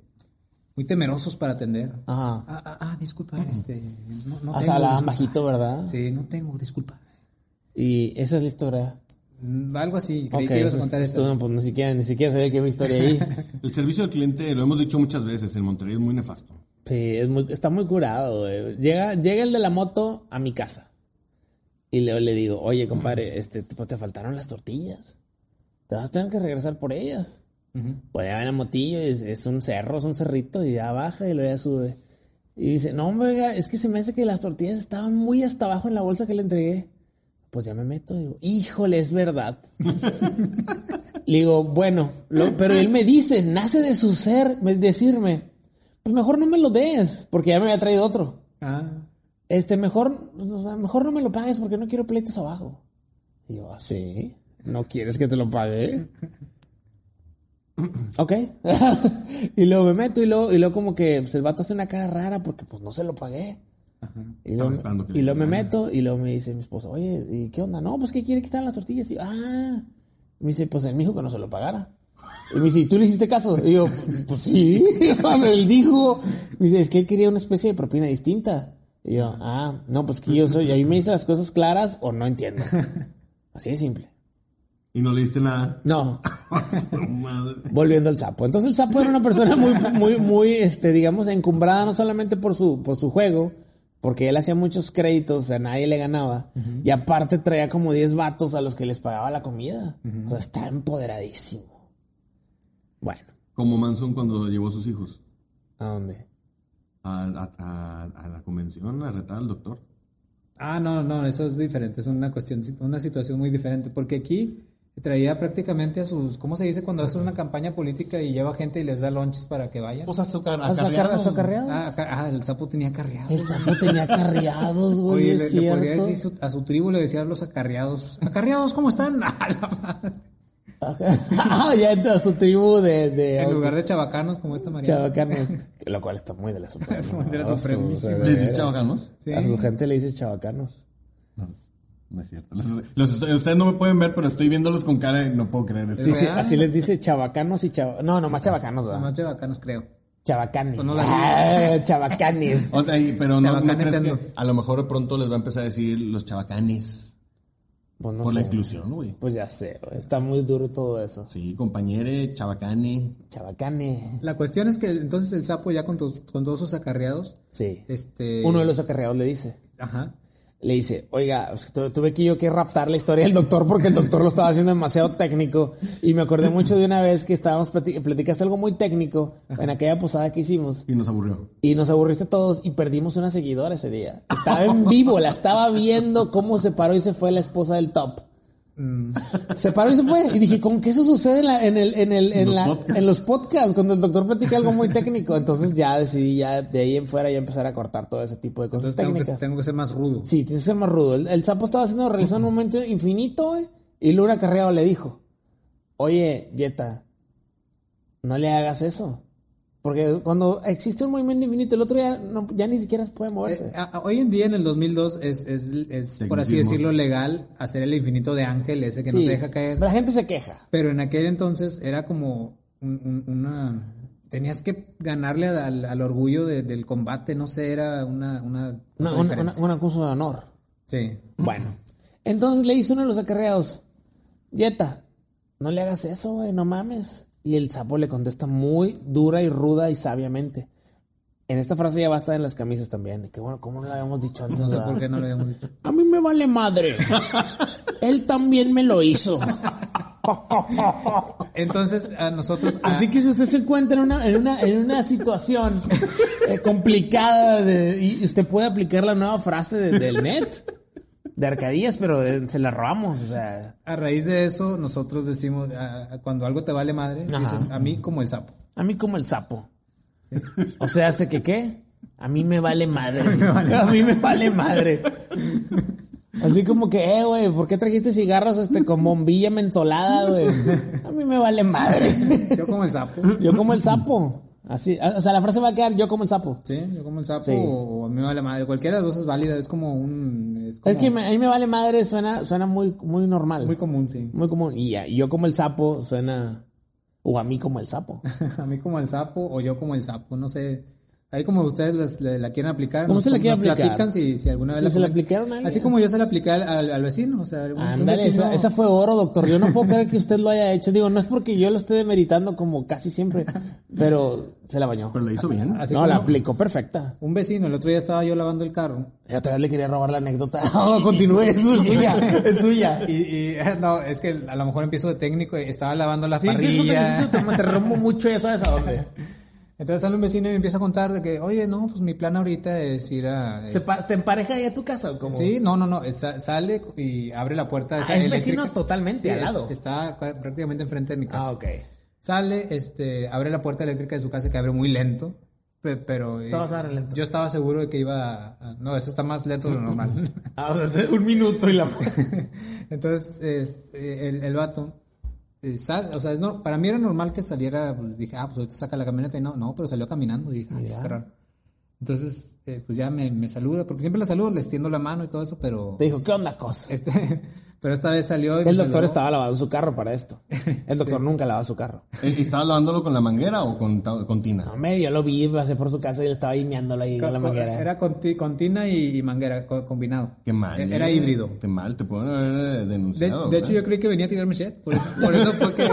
[SPEAKER 3] muy temerosos para atender.
[SPEAKER 4] Ajá.
[SPEAKER 3] Ah, ah, ah, disculpa, este, no, no
[SPEAKER 4] Hasta
[SPEAKER 3] tengo.
[SPEAKER 4] la
[SPEAKER 3] disculpa.
[SPEAKER 4] bajito, ¿verdad?
[SPEAKER 3] Sí, no tengo, disculpa.
[SPEAKER 4] Y esa es la historia.
[SPEAKER 3] Mm, Algo así, creí
[SPEAKER 4] Ok,
[SPEAKER 3] que ibas a
[SPEAKER 4] pues,
[SPEAKER 3] contar
[SPEAKER 4] tú
[SPEAKER 3] eso.
[SPEAKER 4] no, pues, ni siquiera, ni siquiera sabía que había historia ahí.
[SPEAKER 2] El servicio al cliente, lo hemos dicho muchas veces, en Monterrey es muy nefasto.
[SPEAKER 4] Sí, es muy- está muy curado. güey. Llega, llega el de la moto a mi casa. Y luego le digo, oye, compadre, este, pues te faltaron las tortillas. Te vas a tener que regresar por ellas. Pues ya ven a motillo, es, es un cerro, es un cerrito, y ya baja y luego ya sube. Y dice, no, hombre, oiga, es que se me hace que las tortillas estaban muy hasta abajo en la bolsa que le entregué. Pues ya me meto, digo, híjole, es verdad. Le digo, bueno, lo- pero él me dice, nace de su ser me- decirme, pues mejor no me lo des, porque ya me había traído otro.
[SPEAKER 3] Ah,
[SPEAKER 4] Este, mejor, o sea, mejor no me lo pagues porque no quiero pleitos abajo. Y yo, así, ¿no quieres que te lo pague? ok. y luego me meto y luego, y luego como que pues, el vato hace una cara rara porque pues no se lo pagué. Y luego,
[SPEAKER 2] Estaba esperando que
[SPEAKER 4] y
[SPEAKER 2] le
[SPEAKER 4] luego me
[SPEAKER 2] dijera.
[SPEAKER 4] meto y luego me dice mi esposa, oye, ¿y qué onda? No, pues que quiere quitar las tortillas. Y yo, ah, me dice, pues él me dijo que no se lo pagara. Y me dice, ¿y tú le hiciste caso? Y yo, pues sí, él dijo. Me dice, es que él quería una especie de propina distinta. Y yo, ah, no, pues que yo soy, ahí me dice las cosas claras o no entiendo. Así de simple.
[SPEAKER 2] Y no le diste nada.
[SPEAKER 4] No,
[SPEAKER 2] Madre.
[SPEAKER 4] Volviendo al sapo. Entonces el sapo era una persona muy, muy, muy, este, digamos, encumbrada no solamente por su, por su juego, porque él hacía muchos créditos, o sea, nadie le ganaba. Y aparte traía como 10 vatos a los que les pagaba la comida. O sea, está empoderadísimo. Bueno,
[SPEAKER 2] Como Manson cuando llevó a sus hijos
[SPEAKER 4] ¿a dónde?
[SPEAKER 2] a, a- a- a la convención a retar al doctor.
[SPEAKER 3] Ah, no, no, eso es diferente, es una cuestión, una situación muy diferente, porque aquí traía prácticamente a sus, ¿cómo se dice cuando hace una campaña política y lleva gente y les da lonches para que vayan?
[SPEAKER 2] Pues azúcar,
[SPEAKER 4] ¿A sacar a socarreados?
[SPEAKER 3] Ah, ca- ah, el sapo tenía carreado.
[SPEAKER 4] El sapo tenía carriados, güey.
[SPEAKER 3] Oye,
[SPEAKER 4] es
[SPEAKER 3] le, le podría
[SPEAKER 4] cierto.
[SPEAKER 3] decir su- a su tribu, le decía a los acarreados, acarreados, ¿cómo están? A la madre.
[SPEAKER 4] ah, ya entra a su tribu de, de
[SPEAKER 3] en lugar de chabacanos como esta María.
[SPEAKER 4] chavacanos. Lo cual está muy de la suprema.
[SPEAKER 3] De la supremísima.
[SPEAKER 4] o sea,
[SPEAKER 2] ¿Les dices chavacanos?
[SPEAKER 3] Sí.
[SPEAKER 4] A su gente le dice chavacanos.
[SPEAKER 2] No es cierto. Los- los estoy- ustedes no me pueden ver, pero estoy viéndolos con cara y no puedo creer eso.
[SPEAKER 4] Sí, sí,
[SPEAKER 3] ¿Real?
[SPEAKER 4] así les dice chavacanos y chavacanos. No, nomás chavacanos, ¿verdad?
[SPEAKER 3] Nomás chabacanos, creo.
[SPEAKER 4] Chavacanes.
[SPEAKER 3] no las-
[SPEAKER 4] Ah, chavacanes.
[SPEAKER 2] O sea, y- pero no, no
[SPEAKER 3] Chabacán
[SPEAKER 2] crees que
[SPEAKER 3] Nintendo.
[SPEAKER 2] a lo mejor pronto les va a empezar a decir los chavacanes
[SPEAKER 4] Pues no
[SPEAKER 2] por la
[SPEAKER 4] sé.
[SPEAKER 2] inclusión, güey.
[SPEAKER 4] Pues ya sé, güey, está muy duro todo eso.
[SPEAKER 2] Sí, compañere, chavacane.
[SPEAKER 4] Chavacanes.
[SPEAKER 3] La cuestión es que entonces el sapo ya con, tus- con todos sus acarreados,
[SPEAKER 4] Sí.
[SPEAKER 3] este...
[SPEAKER 4] Uno de los acarreados le dice.
[SPEAKER 3] Ajá.
[SPEAKER 4] Le dice, oiga, pues, tu- tuve que yo que raptar la historia del doctor porque el doctor lo estaba haciendo demasiado técnico. Y me acordé mucho de una vez que estábamos, plati- platicaste algo muy técnico en aquella posada que hicimos.
[SPEAKER 2] Y nos aburrió.
[SPEAKER 4] Y nos aburriste todos y perdimos una seguidora ese día. Estaba en vivo, la estaba viendo cómo se paró y se fue la esposa del top.
[SPEAKER 3] Mm.
[SPEAKER 4] Se paró y se fue. Y dije, ¿con qué eso sucede en, la- en el, en, el, en,
[SPEAKER 2] Los
[SPEAKER 4] la-
[SPEAKER 2] podcasts.
[SPEAKER 4] en los podcasts? Cuando el doctor platica algo muy técnico. Entonces ya decidí, ya de ahí en fuera, ya empezar a cortar todo ese tipo de cosas
[SPEAKER 3] Entonces tengo que,
[SPEAKER 4] técnicas.
[SPEAKER 3] tengo que ser más rudo.
[SPEAKER 4] Sí, tienes que ser más rudo. El, el sapo estaba haciendo realizar un momento infinito, güey, Y Lura Carreado le dijo: Oye, Yeta, no le hagas eso. Porque cuando existe un movimiento infinito, el otro ya, no- ya ni siquiera puede moverse.
[SPEAKER 3] Eh, a- a- hoy en día, en el 2002, es, es, es por así
[SPEAKER 2] Tecnicismo.
[SPEAKER 3] decirlo, legal hacer el infinito de ángel, ese que no
[SPEAKER 4] Sí,
[SPEAKER 3] te deja caer.
[SPEAKER 4] pero La gente se queja.
[SPEAKER 3] Pero en aquel entonces era como un- un- una, tenías que ganarle al, al orgullo de- del combate, no sé, era una, una cosa
[SPEAKER 4] Una, una-
[SPEAKER 3] diferente.
[SPEAKER 4] una- una cosa de honor.
[SPEAKER 3] Sí.
[SPEAKER 4] Bueno, entonces le dice uno de los acarreados, Yeta, no le hagas eso, güey, no mames. Y el sapo le contesta muy dura y ruda y sabiamente. En esta frase ya va a estar en las camisas también. Que bueno, ¿cómo no lo habíamos dicho antes?
[SPEAKER 3] No sé
[SPEAKER 4] verdad?
[SPEAKER 3] por qué no lo habíamos dicho.
[SPEAKER 4] A mí me vale madre. Él también me lo hizo.
[SPEAKER 3] Entonces, a nosotros. a-
[SPEAKER 4] Así que si usted se encuentra en una, en una, en una situación eh, complicada de- y usted puede aplicar la nueva frase de- del net, de Arcadillas, pero eh, se la robamos. O sea,
[SPEAKER 3] A raíz de eso, nosotros decimos, a- a- cuando algo te vale madre,
[SPEAKER 4] Ajá.
[SPEAKER 3] dices, a mí como el sapo.
[SPEAKER 4] a mí como el sapo. O sea, hace que qué? A mí me vale madre. a mí me vale madre. Así como que, eh, güey, ¿por qué trajiste cigarros este con bombilla mentolada, güey? A mí me vale madre.
[SPEAKER 3] Yo como el sapo.
[SPEAKER 4] Yo como el sapo. Así, o sea, la frase va a quedar yo como el sapo.
[SPEAKER 3] Sí, yo como el sapo
[SPEAKER 4] Sí.
[SPEAKER 3] o, o a mí me vale madre. Cualquiera de las dos es válida, es como un... Es, como
[SPEAKER 4] Es que me- a mí me vale madre, suena, suena muy, muy normal.
[SPEAKER 3] muy
[SPEAKER 4] Muy,
[SPEAKER 3] común, sí.
[SPEAKER 4] común. Y a- y yo como el sapo suena. O a mí como el sapo.
[SPEAKER 3] A mí como el sapo o yo como el sapo, no sé. Ahí como ustedes les- le- la quieren aplicar.
[SPEAKER 4] ¿Cómo
[SPEAKER 3] nos-
[SPEAKER 4] se la quiere
[SPEAKER 3] nos
[SPEAKER 4] aplicar?
[SPEAKER 3] platican si, si alguna vez
[SPEAKER 4] Si se la
[SPEAKER 3] comen-
[SPEAKER 4] aplicaron a alguien.
[SPEAKER 3] Así como yo se la apliqué al, al- al vecino, o sea, un- un
[SPEAKER 4] Ándale, esa,
[SPEAKER 3] vecino-
[SPEAKER 4] esa fue oro, doctor. Yo no puedo creer que usted lo haya hecho. Digo, no es porque yo lo esté demeritando como casi siempre, pero se la bañó.
[SPEAKER 2] Pero lo hizo bien.
[SPEAKER 3] así
[SPEAKER 4] No,
[SPEAKER 3] como
[SPEAKER 4] la aplicó perfecta.
[SPEAKER 3] un vecino, el otro día estaba yo lavando el carro.
[SPEAKER 4] Y otra vez le quería robar la anécdota. No, continúe, es suya, es suya.
[SPEAKER 3] Y, y, no, es que a lo mejor empiezo de técnico, estaba lavando la parrilla.
[SPEAKER 4] Parrilla. Te rompo mucho, ya sabes a dónde.
[SPEAKER 3] Entonces sale un vecino y me empieza a contar de que, oye, no, pues mi plan ahorita es ir a...
[SPEAKER 4] ¿Se pa- ¿Te empareja ahí a tu casa o cómo?
[SPEAKER 3] Sí, no, no, no, eh, sa- sale y abre la puerta.
[SPEAKER 4] Ah,
[SPEAKER 3] esa
[SPEAKER 4] es vecino
[SPEAKER 3] eléctrica.
[SPEAKER 4] totalmente,
[SPEAKER 3] Sí,
[SPEAKER 4] al
[SPEAKER 3] es-
[SPEAKER 4] lado.
[SPEAKER 3] está cua- prácticamente enfrente de mi casa.
[SPEAKER 4] Ah, ok.
[SPEAKER 3] Sale, este, abre la puerta eléctrica de su casa que abre muy lento, pe- pero... eh,
[SPEAKER 4] Todos abren lento.
[SPEAKER 3] Yo estaba seguro de que iba... a- a- no, eso está más lento de lo normal.
[SPEAKER 4] Ah, o sea, un minuto y la.
[SPEAKER 3] Entonces, es- eh, el, el vato, eh, sal- o sea, es no, para mí era normal que saliera, pues, dije, ah, pues ahorita saca la camioneta y no, no, pero salió caminando, dije, ah, qué raro. Entonces, eh, pues ya me, me saluda, porque siempre la saludo, le extiendo la mano y todo eso, pero...
[SPEAKER 4] Te dijo, ¿qué onda, cosa?
[SPEAKER 3] Este, pero esta vez salió y me
[SPEAKER 4] El doctor
[SPEAKER 3] saludó.
[SPEAKER 4] estaba lavando su carro para esto. El doctor nunca lava su carro.
[SPEAKER 2] Eh, ¿Estaba lavándolo con la manguera o con, ta- con tina?
[SPEAKER 4] No, me, yo lo vi, pasé por su casa y él estaba ahí meándolo ahí con la
[SPEAKER 3] Co- co-
[SPEAKER 4] manguera.
[SPEAKER 3] Era con, ti- con tina y, y manguera co- combinado.
[SPEAKER 2] Qué mal.
[SPEAKER 3] E- Era
[SPEAKER 2] eh.
[SPEAKER 3] híbrido.
[SPEAKER 2] Qué mal, te pueden haber eh,
[SPEAKER 3] De,
[SPEAKER 2] denunciado.
[SPEAKER 3] de hecho, yo creí que venía a tirarme shit. Por, eso- por eso fue que.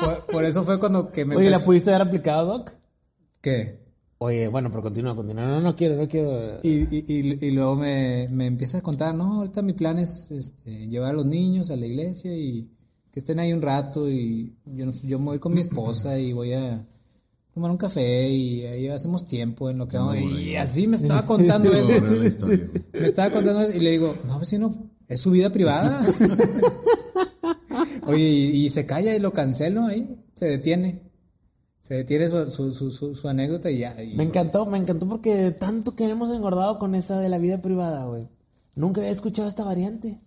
[SPEAKER 3] por, por eso fue cuando que me.
[SPEAKER 4] Oye, ¿la
[SPEAKER 3] empezó-
[SPEAKER 4] pudiste haber aplicado, Doc?
[SPEAKER 3] ¿Qué?
[SPEAKER 4] Oye, bueno, pero continúa, continúa. No, no quiero, no quiero.
[SPEAKER 3] Y, y, y- y luego me, me empieza a contar, no, ahorita mi plan es este, llevar a los niños a la iglesia y que estén ahí un rato y yo, no sé, yo me voy con mi esposa y voy a tomar un café y ahí hacemos tiempo en lo que vamos. Y así me estaba contando eso.
[SPEAKER 2] Horrible la historia, güey.
[SPEAKER 3] Me estaba contando y le digo, no, vecino, es su vida privada. Oye, y, y se calla y lo cancelo ahí, se detiene. Se detiene su, su, su, su- su anécdota y ya. y-
[SPEAKER 4] Me encantó, me encantó porque tanto que hemos engordado con esa de la vida privada, güey. Nunca había escuchado esta variante.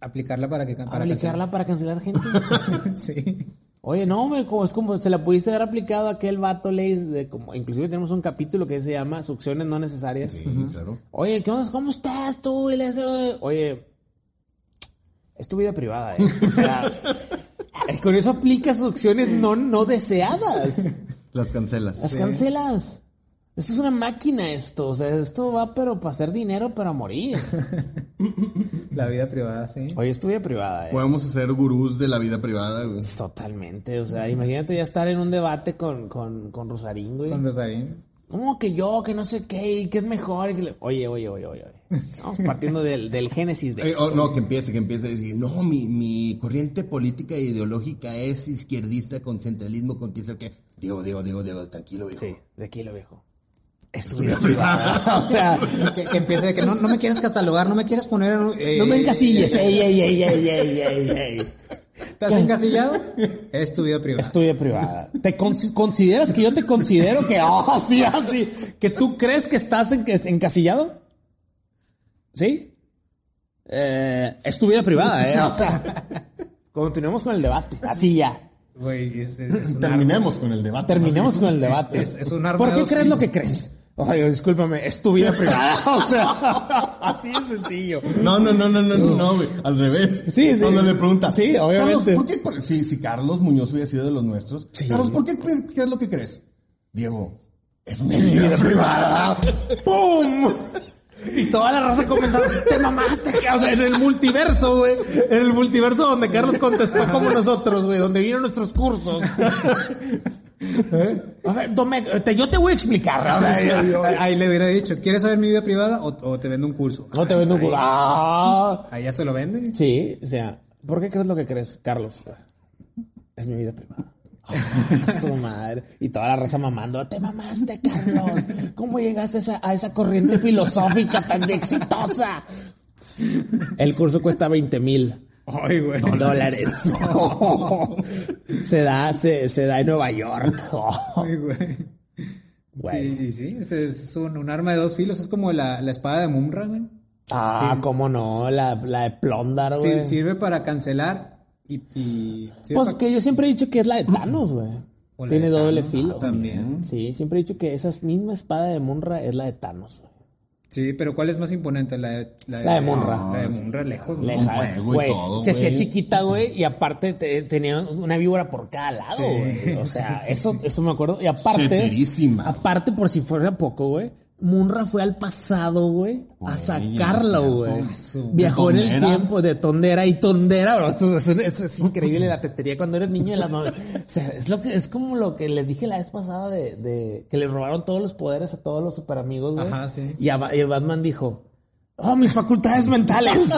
[SPEAKER 3] aplicarla para que... Para
[SPEAKER 4] Aplicarla para cancelar gente.
[SPEAKER 3] cancelar. sí.
[SPEAKER 4] Oye, no, güey, como es como se la pudiste haber aplicado a aquel vato, Leis, de como, inclusive tenemos un capítulo que se llama Succiones no necesarias.
[SPEAKER 2] Sí, claro.
[SPEAKER 4] Oye, ¿qué onda? ¿Cómo estás tú? Y le hace, Oye, es tu vida privada, ¿eh? O sea, con eso aplicas opciones no, no deseadas.
[SPEAKER 2] Las cancelas.
[SPEAKER 4] Las cancelas. Esto es una máquina esto. O sea, esto va pero para hacer dinero, pero a morir.
[SPEAKER 3] La vida privada, sí.
[SPEAKER 4] Oye, es tu vida privada, ¿eh?
[SPEAKER 2] Podemos hacer gurús de la vida privada, güey.
[SPEAKER 4] Totalmente, o sea, imagínate ya estar en un debate con, con, con Rosarín, güey.
[SPEAKER 3] Con Rosarín.
[SPEAKER 4] ¿Cómo que yo, que no sé qué, y que es mejor? y que le- Oye, oye, oye, oye, oye. Vamos partiendo del, del génesis de
[SPEAKER 2] Eh,
[SPEAKER 4] esto.
[SPEAKER 2] oh, no, que empiece, que empiece a decir, no, mi, mi corriente política e ideológica es izquierdista con centralismo, con quién sabe qué. Digo, digo, digo, digo, tranquilo, viejo.
[SPEAKER 4] Sí, de aquí lo viejo. Es tu vida privada. O sea,
[SPEAKER 3] Que, que empiece de que no, no me quieres catalogar, no me quieres poner en un- eh,
[SPEAKER 4] no me encasilles. Ey, ey, ey, ey, ey, ey, ey.
[SPEAKER 3] ¿Estás encasillado? Es tu vida privada.
[SPEAKER 4] Es tu vida privada. ¿Te con- consideras que yo te considero que, oh, sí, así, que tú crees que estás en- encasillado? ¿Sí? Eh, es tu vida privada, eh. O sea, continuemos con el debate. Así ya.
[SPEAKER 3] Güey, es, es- es un árbol.
[SPEAKER 2] Terminemos con el debate.
[SPEAKER 4] Terminemos con el debate.
[SPEAKER 3] Es- es un arma
[SPEAKER 4] ¿Por
[SPEAKER 3] de
[SPEAKER 4] qué
[SPEAKER 3] dos
[SPEAKER 4] crees lo
[SPEAKER 3] filos.
[SPEAKER 4] que crees? Oye, discúlpame, es tu vida privada. O sea, así de sencillo.
[SPEAKER 2] No, no, no, no, no, no, no, güey. Al revés.
[SPEAKER 4] Sí, sí.
[SPEAKER 2] Cuando le pregunta.
[SPEAKER 4] Sí, obviamente.
[SPEAKER 2] Carlos, ¿por qué? por- Si, si Carlos Muñoz hubiera sido de los nuestros. Carlos, ¿por qué crees- crees lo que crees? Diego, es mi vida privada.
[SPEAKER 4] ¡Pum! Y toda la raza comentando, te mamaste, o sea, en el multiverso, güey. En el multiverso donde Carlos contestó como nosotros, güey, donde vieron nuestros cursos. A ver, Domecq, te- yo te voy a explicar, o sea, yo- yo-
[SPEAKER 3] ¿Eh? Ahí le hubiera dicho, ¿quieres saber mi vida privada o, o te vendo un curso?
[SPEAKER 4] No te vendo un culo. Ah.
[SPEAKER 3] Ahí ya se lo vende.
[SPEAKER 4] Sí, o sea, ¿por qué crees lo que crees, Carlos? Es mi vida privada. Ah, su madre. Y toda la raza mamando, te mamaste, Carlos. ¿Cómo llegaste a esa, a esa corriente filosófica tan exitosa? El curso cuesta 20 mil
[SPEAKER 3] Ay, güey.
[SPEAKER 4] dólares. se, da, se, se da en Nueva York.
[SPEAKER 3] Ay, güey.
[SPEAKER 4] Güey.
[SPEAKER 3] Sí, sí, sí. Ese es un, un arma de dos filos. Es como la, la espada de Mumra, güey.
[SPEAKER 4] Ah, cómo no, la, la de Plondar,
[SPEAKER 3] Sí,
[SPEAKER 4] Ah, güey.
[SPEAKER 3] sirve para cancelar y... y sirve
[SPEAKER 4] Pues
[SPEAKER 3] para-
[SPEAKER 4] que yo siempre he dicho que es la de Thanos, güey.
[SPEAKER 3] O la
[SPEAKER 4] Tiene
[SPEAKER 3] de
[SPEAKER 4] doble
[SPEAKER 3] Thanos,
[SPEAKER 4] filo.
[SPEAKER 3] también.
[SPEAKER 4] Sí, siempre he dicho que esa misma espada de Munra es la de Thanos, güey.
[SPEAKER 3] Sí, pero ¿cuál es más imponente? La de,
[SPEAKER 4] La de Munra.
[SPEAKER 3] La de Munra, lejos. güey.
[SPEAKER 4] Leja,
[SPEAKER 2] fuego pues, y
[SPEAKER 4] güey.
[SPEAKER 2] todo,
[SPEAKER 4] Se hacía
[SPEAKER 2] güey.
[SPEAKER 4] chiquita, güey, y aparte te- tenía una víbora por cada lado, güey. O sea, eso, eso me acuerdo. Y aparte,
[SPEAKER 2] Cheterísima.
[SPEAKER 4] aparte, por si fuera poco, güey, Munra fue al pasado, güey,
[SPEAKER 2] Güey,
[SPEAKER 4] a sacarlo,
[SPEAKER 2] no
[SPEAKER 4] güey.
[SPEAKER 3] sé. Ah, su-
[SPEAKER 2] de
[SPEAKER 4] Viajó en el
[SPEAKER 2] tondera.
[SPEAKER 4] tiempo de tondera y tondera, bro. Esto, es- esto es increíble la tetería cuando eres niño de la mamá. O sea, es lo que, es como lo que les dije la vez pasada de, de que le robaron todos los poderes a todos los superamigos, güey.
[SPEAKER 3] Ajá, sí.
[SPEAKER 4] Y, a Ba- y Batman dijo, oh, mis facultades mentales.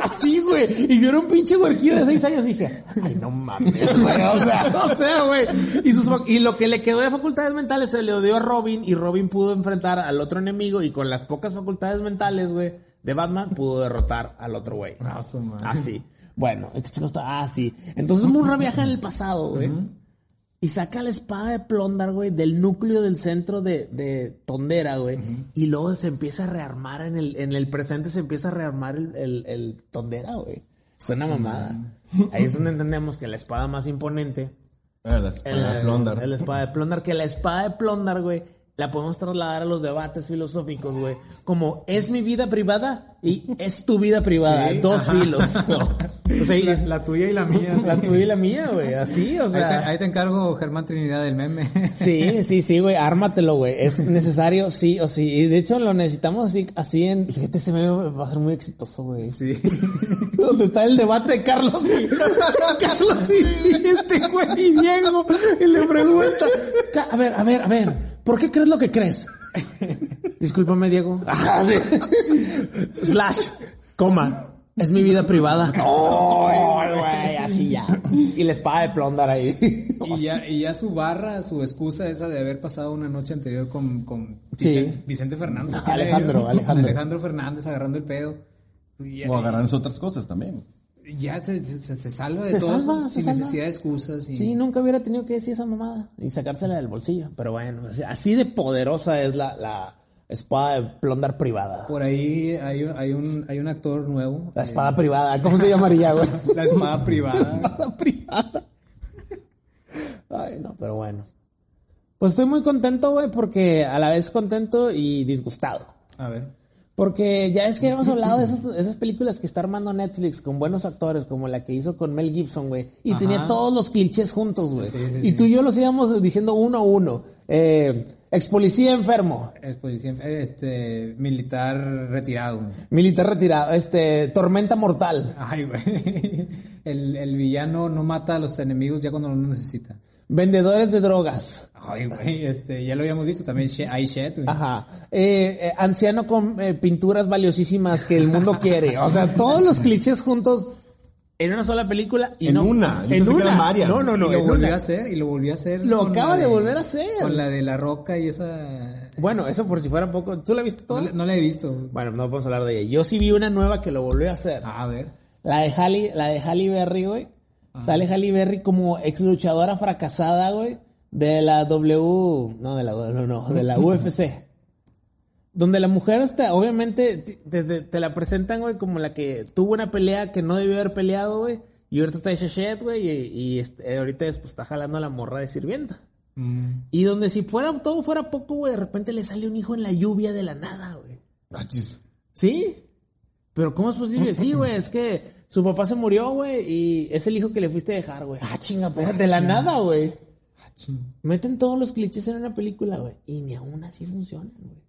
[SPEAKER 4] Así, güey. Y yo era un pinche huerquillo de seis años y dije, ay, no mames, güey. O sea, o sea, güey. Y, sus fac- y lo que le quedó de facultades mentales se le dio a Robin y Robin pudo enfrentar al otro enemigo y con las pocas facultades mentales, güey, de Batman pudo derrotar al otro güey.
[SPEAKER 3] Ah, su madre.
[SPEAKER 4] Así. Bueno, esto no está. Ah, sí. Entonces Murra viaja en el pasado, güey. Y saca la espada de Plondar, güey, del núcleo del centro de, de Tondera, güey. Y luego se empieza a rearmar en el, en el presente, se empieza a rearmar el, el- el Tondera, güey. Es una mamada. Ahí es donde entendemos que la espada más imponente
[SPEAKER 2] Ah, la espada Blondar.
[SPEAKER 4] es la espada de Plondar, que la espada de Plondar, güey, la podemos trasladar a los debates filosóficos, güey. Como es mi vida privada y es tu vida privada.
[SPEAKER 3] Sí,
[SPEAKER 4] Dos filos. O sea, y-
[SPEAKER 3] La,
[SPEAKER 4] la,
[SPEAKER 3] la tuya y la mía. sí.
[SPEAKER 4] tuya y Pues la mía, güey. Así, o
[SPEAKER 3] Ahí te,
[SPEAKER 4] sea.
[SPEAKER 3] ahí te encargo, Germán Trinidad, del meme.
[SPEAKER 4] Sí, sí, sí, güey, ármatelo, güey. Es necesario, sí o sí. Y de hecho lo necesitamos así, así en... Fíjate, este meme va a ser muy exitoso, güey.
[SPEAKER 3] Sí.
[SPEAKER 4] Donde está el debate de Carlos y... Carlos y, y este güey y Diego. Y le pregunta... "Ca- A ver, a ver, a ver. ¿Por qué crees lo que crees? Discúlpame, Diego. Ah, sí. Slash, coma. Es mi vida privada. ¡Oh, güey! Así ya. Y la espada de plondar ahí.
[SPEAKER 3] Y ya, y ya su barra, su excusa esa de haber pasado una noche anterior con, con
[SPEAKER 4] Sí.
[SPEAKER 3] Vicente, Vicente Fernández. ¿qué le
[SPEAKER 4] Alejandro,
[SPEAKER 3] digo?
[SPEAKER 4] Alejandro.
[SPEAKER 3] Alejandro Fernández agarrando el pedo. Y Ya,
[SPEAKER 2] O agarran otras cosas también.
[SPEAKER 3] ya se, se- se salva de
[SPEAKER 4] Se
[SPEAKER 3] todo
[SPEAKER 4] salva,
[SPEAKER 3] eso,
[SPEAKER 4] se
[SPEAKER 3] sin
[SPEAKER 4] salva.
[SPEAKER 3] necesidad de excusas. Y,
[SPEAKER 4] Sí, nunca hubiera tenido que decir esa mamada y sacársela del bolsillo. Pero bueno, o sea, así de poderosa es la, la espada de plondar privada.
[SPEAKER 3] Por ahí hay, un- hay, un, hay un actor nuevo.
[SPEAKER 4] La
[SPEAKER 3] eh,
[SPEAKER 4] espada privada, ¿cómo se llamaría, güey?
[SPEAKER 3] La espada privada.
[SPEAKER 4] espada privada. Ay, no, pero bueno. Pues estoy muy contento, güey, porque a la vez contento y disgustado.
[SPEAKER 3] A ver.
[SPEAKER 4] Porque ya es que hemos hablado de esas, esas películas que está armando Netflix con buenos actores, como la que hizo con Mel Gibson, güey. Y
[SPEAKER 3] Ajá.
[SPEAKER 4] tenía todos los clichés juntos, güey.
[SPEAKER 3] Sí, sí,
[SPEAKER 4] y
[SPEAKER 3] sí.
[SPEAKER 4] tú y yo los íbamos diciendo uno a uno. Eh, ex policía enfermo,
[SPEAKER 3] Es policía, eh, este, militar retirado. güey.
[SPEAKER 4] militar retirado, este, tormenta mortal,
[SPEAKER 3] Ay, güey. El, el villano no mata a los enemigos ya cuando lo necesita.
[SPEAKER 4] vendedores de drogas.
[SPEAKER 3] Ay, güey, este, ya lo habíamos dicho también, she- hay shit, güey.
[SPEAKER 4] Ajá. Eh, eh, anciano con eh, pinturas valiosísimas que el mundo quiere. O sea, todos los clichés juntos en una sola película. Y
[SPEAKER 2] En
[SPEAKER 4] no-
[SPEAKER 2] una. Yo
[SPEAKER 4] En
[SPEAKER 2] pensé que
[SPEAKER 4] una.
[SPEAKER 2] eran varias.
[SPEAKER 4] No, no,
[SPEAKER 3] Y
[SPEAKER 4] no.
[SPEAKER 3] lo
[SPEAKER 4] en
[SPEAKER 3] volvió
[SPEAKER 4] una.
[SPEAKER 3] a hacer, y lo volvió a hacer.
[SPEAKER 4] Lo
[SPEAKER 3] con
[SPEAKER 4] acaba
[SPEAKER 3] la
[SPEAKER 4] de volver a hacer.
[SPEAKER 3] Con la de La Roca y esa...
[SPEAKER 4] Bueno, eso por si fuera poco. ¿Tú la viste
[SPEAKER 3] No,
[SPEAKER 4] toda?
[SPEAKER 3] le- no la he visto. güey.
[SPEAKER 4] Bueno, no podemos hablar de ella. Yo sí vi una nueva que lo volvió a hacer.
[SPEAKER 3] A ver.
[SPEAKER 4] La de Halle, la de Halle Berry, güey. Sale Halle Berry como ex luchadora fracasada, güey, de la W, no de la W, no, no, de la UFC. Donde la mujer está, obviamente, te, te- te la presentan, güey, como la que tuvo una pelea que no debió haber peleado, güey. Y ahorita está hecha shit, güey, y, y, este, ahorita es, pues, está jalando a la morra de sirvienta. Y donde si fuera, todo fuera poco, güey, de repente le sale un hijo en la lluvia de la nada, güey.
[SPEAKER 2] Achis.
[SPEAKER 4] ¿Sí? Pero ¿cómo es posible? Sí, güey, es que su papá se murió, güey, y es el hijo que le fuiste a dejar, güey. Ah, chinga, espérate, de la nada, güey.
[SPEAKER 3] Ah,
[SPEAKER 4] Meten todos los clichés en una película, güey, y ni aún así funcionan, güey.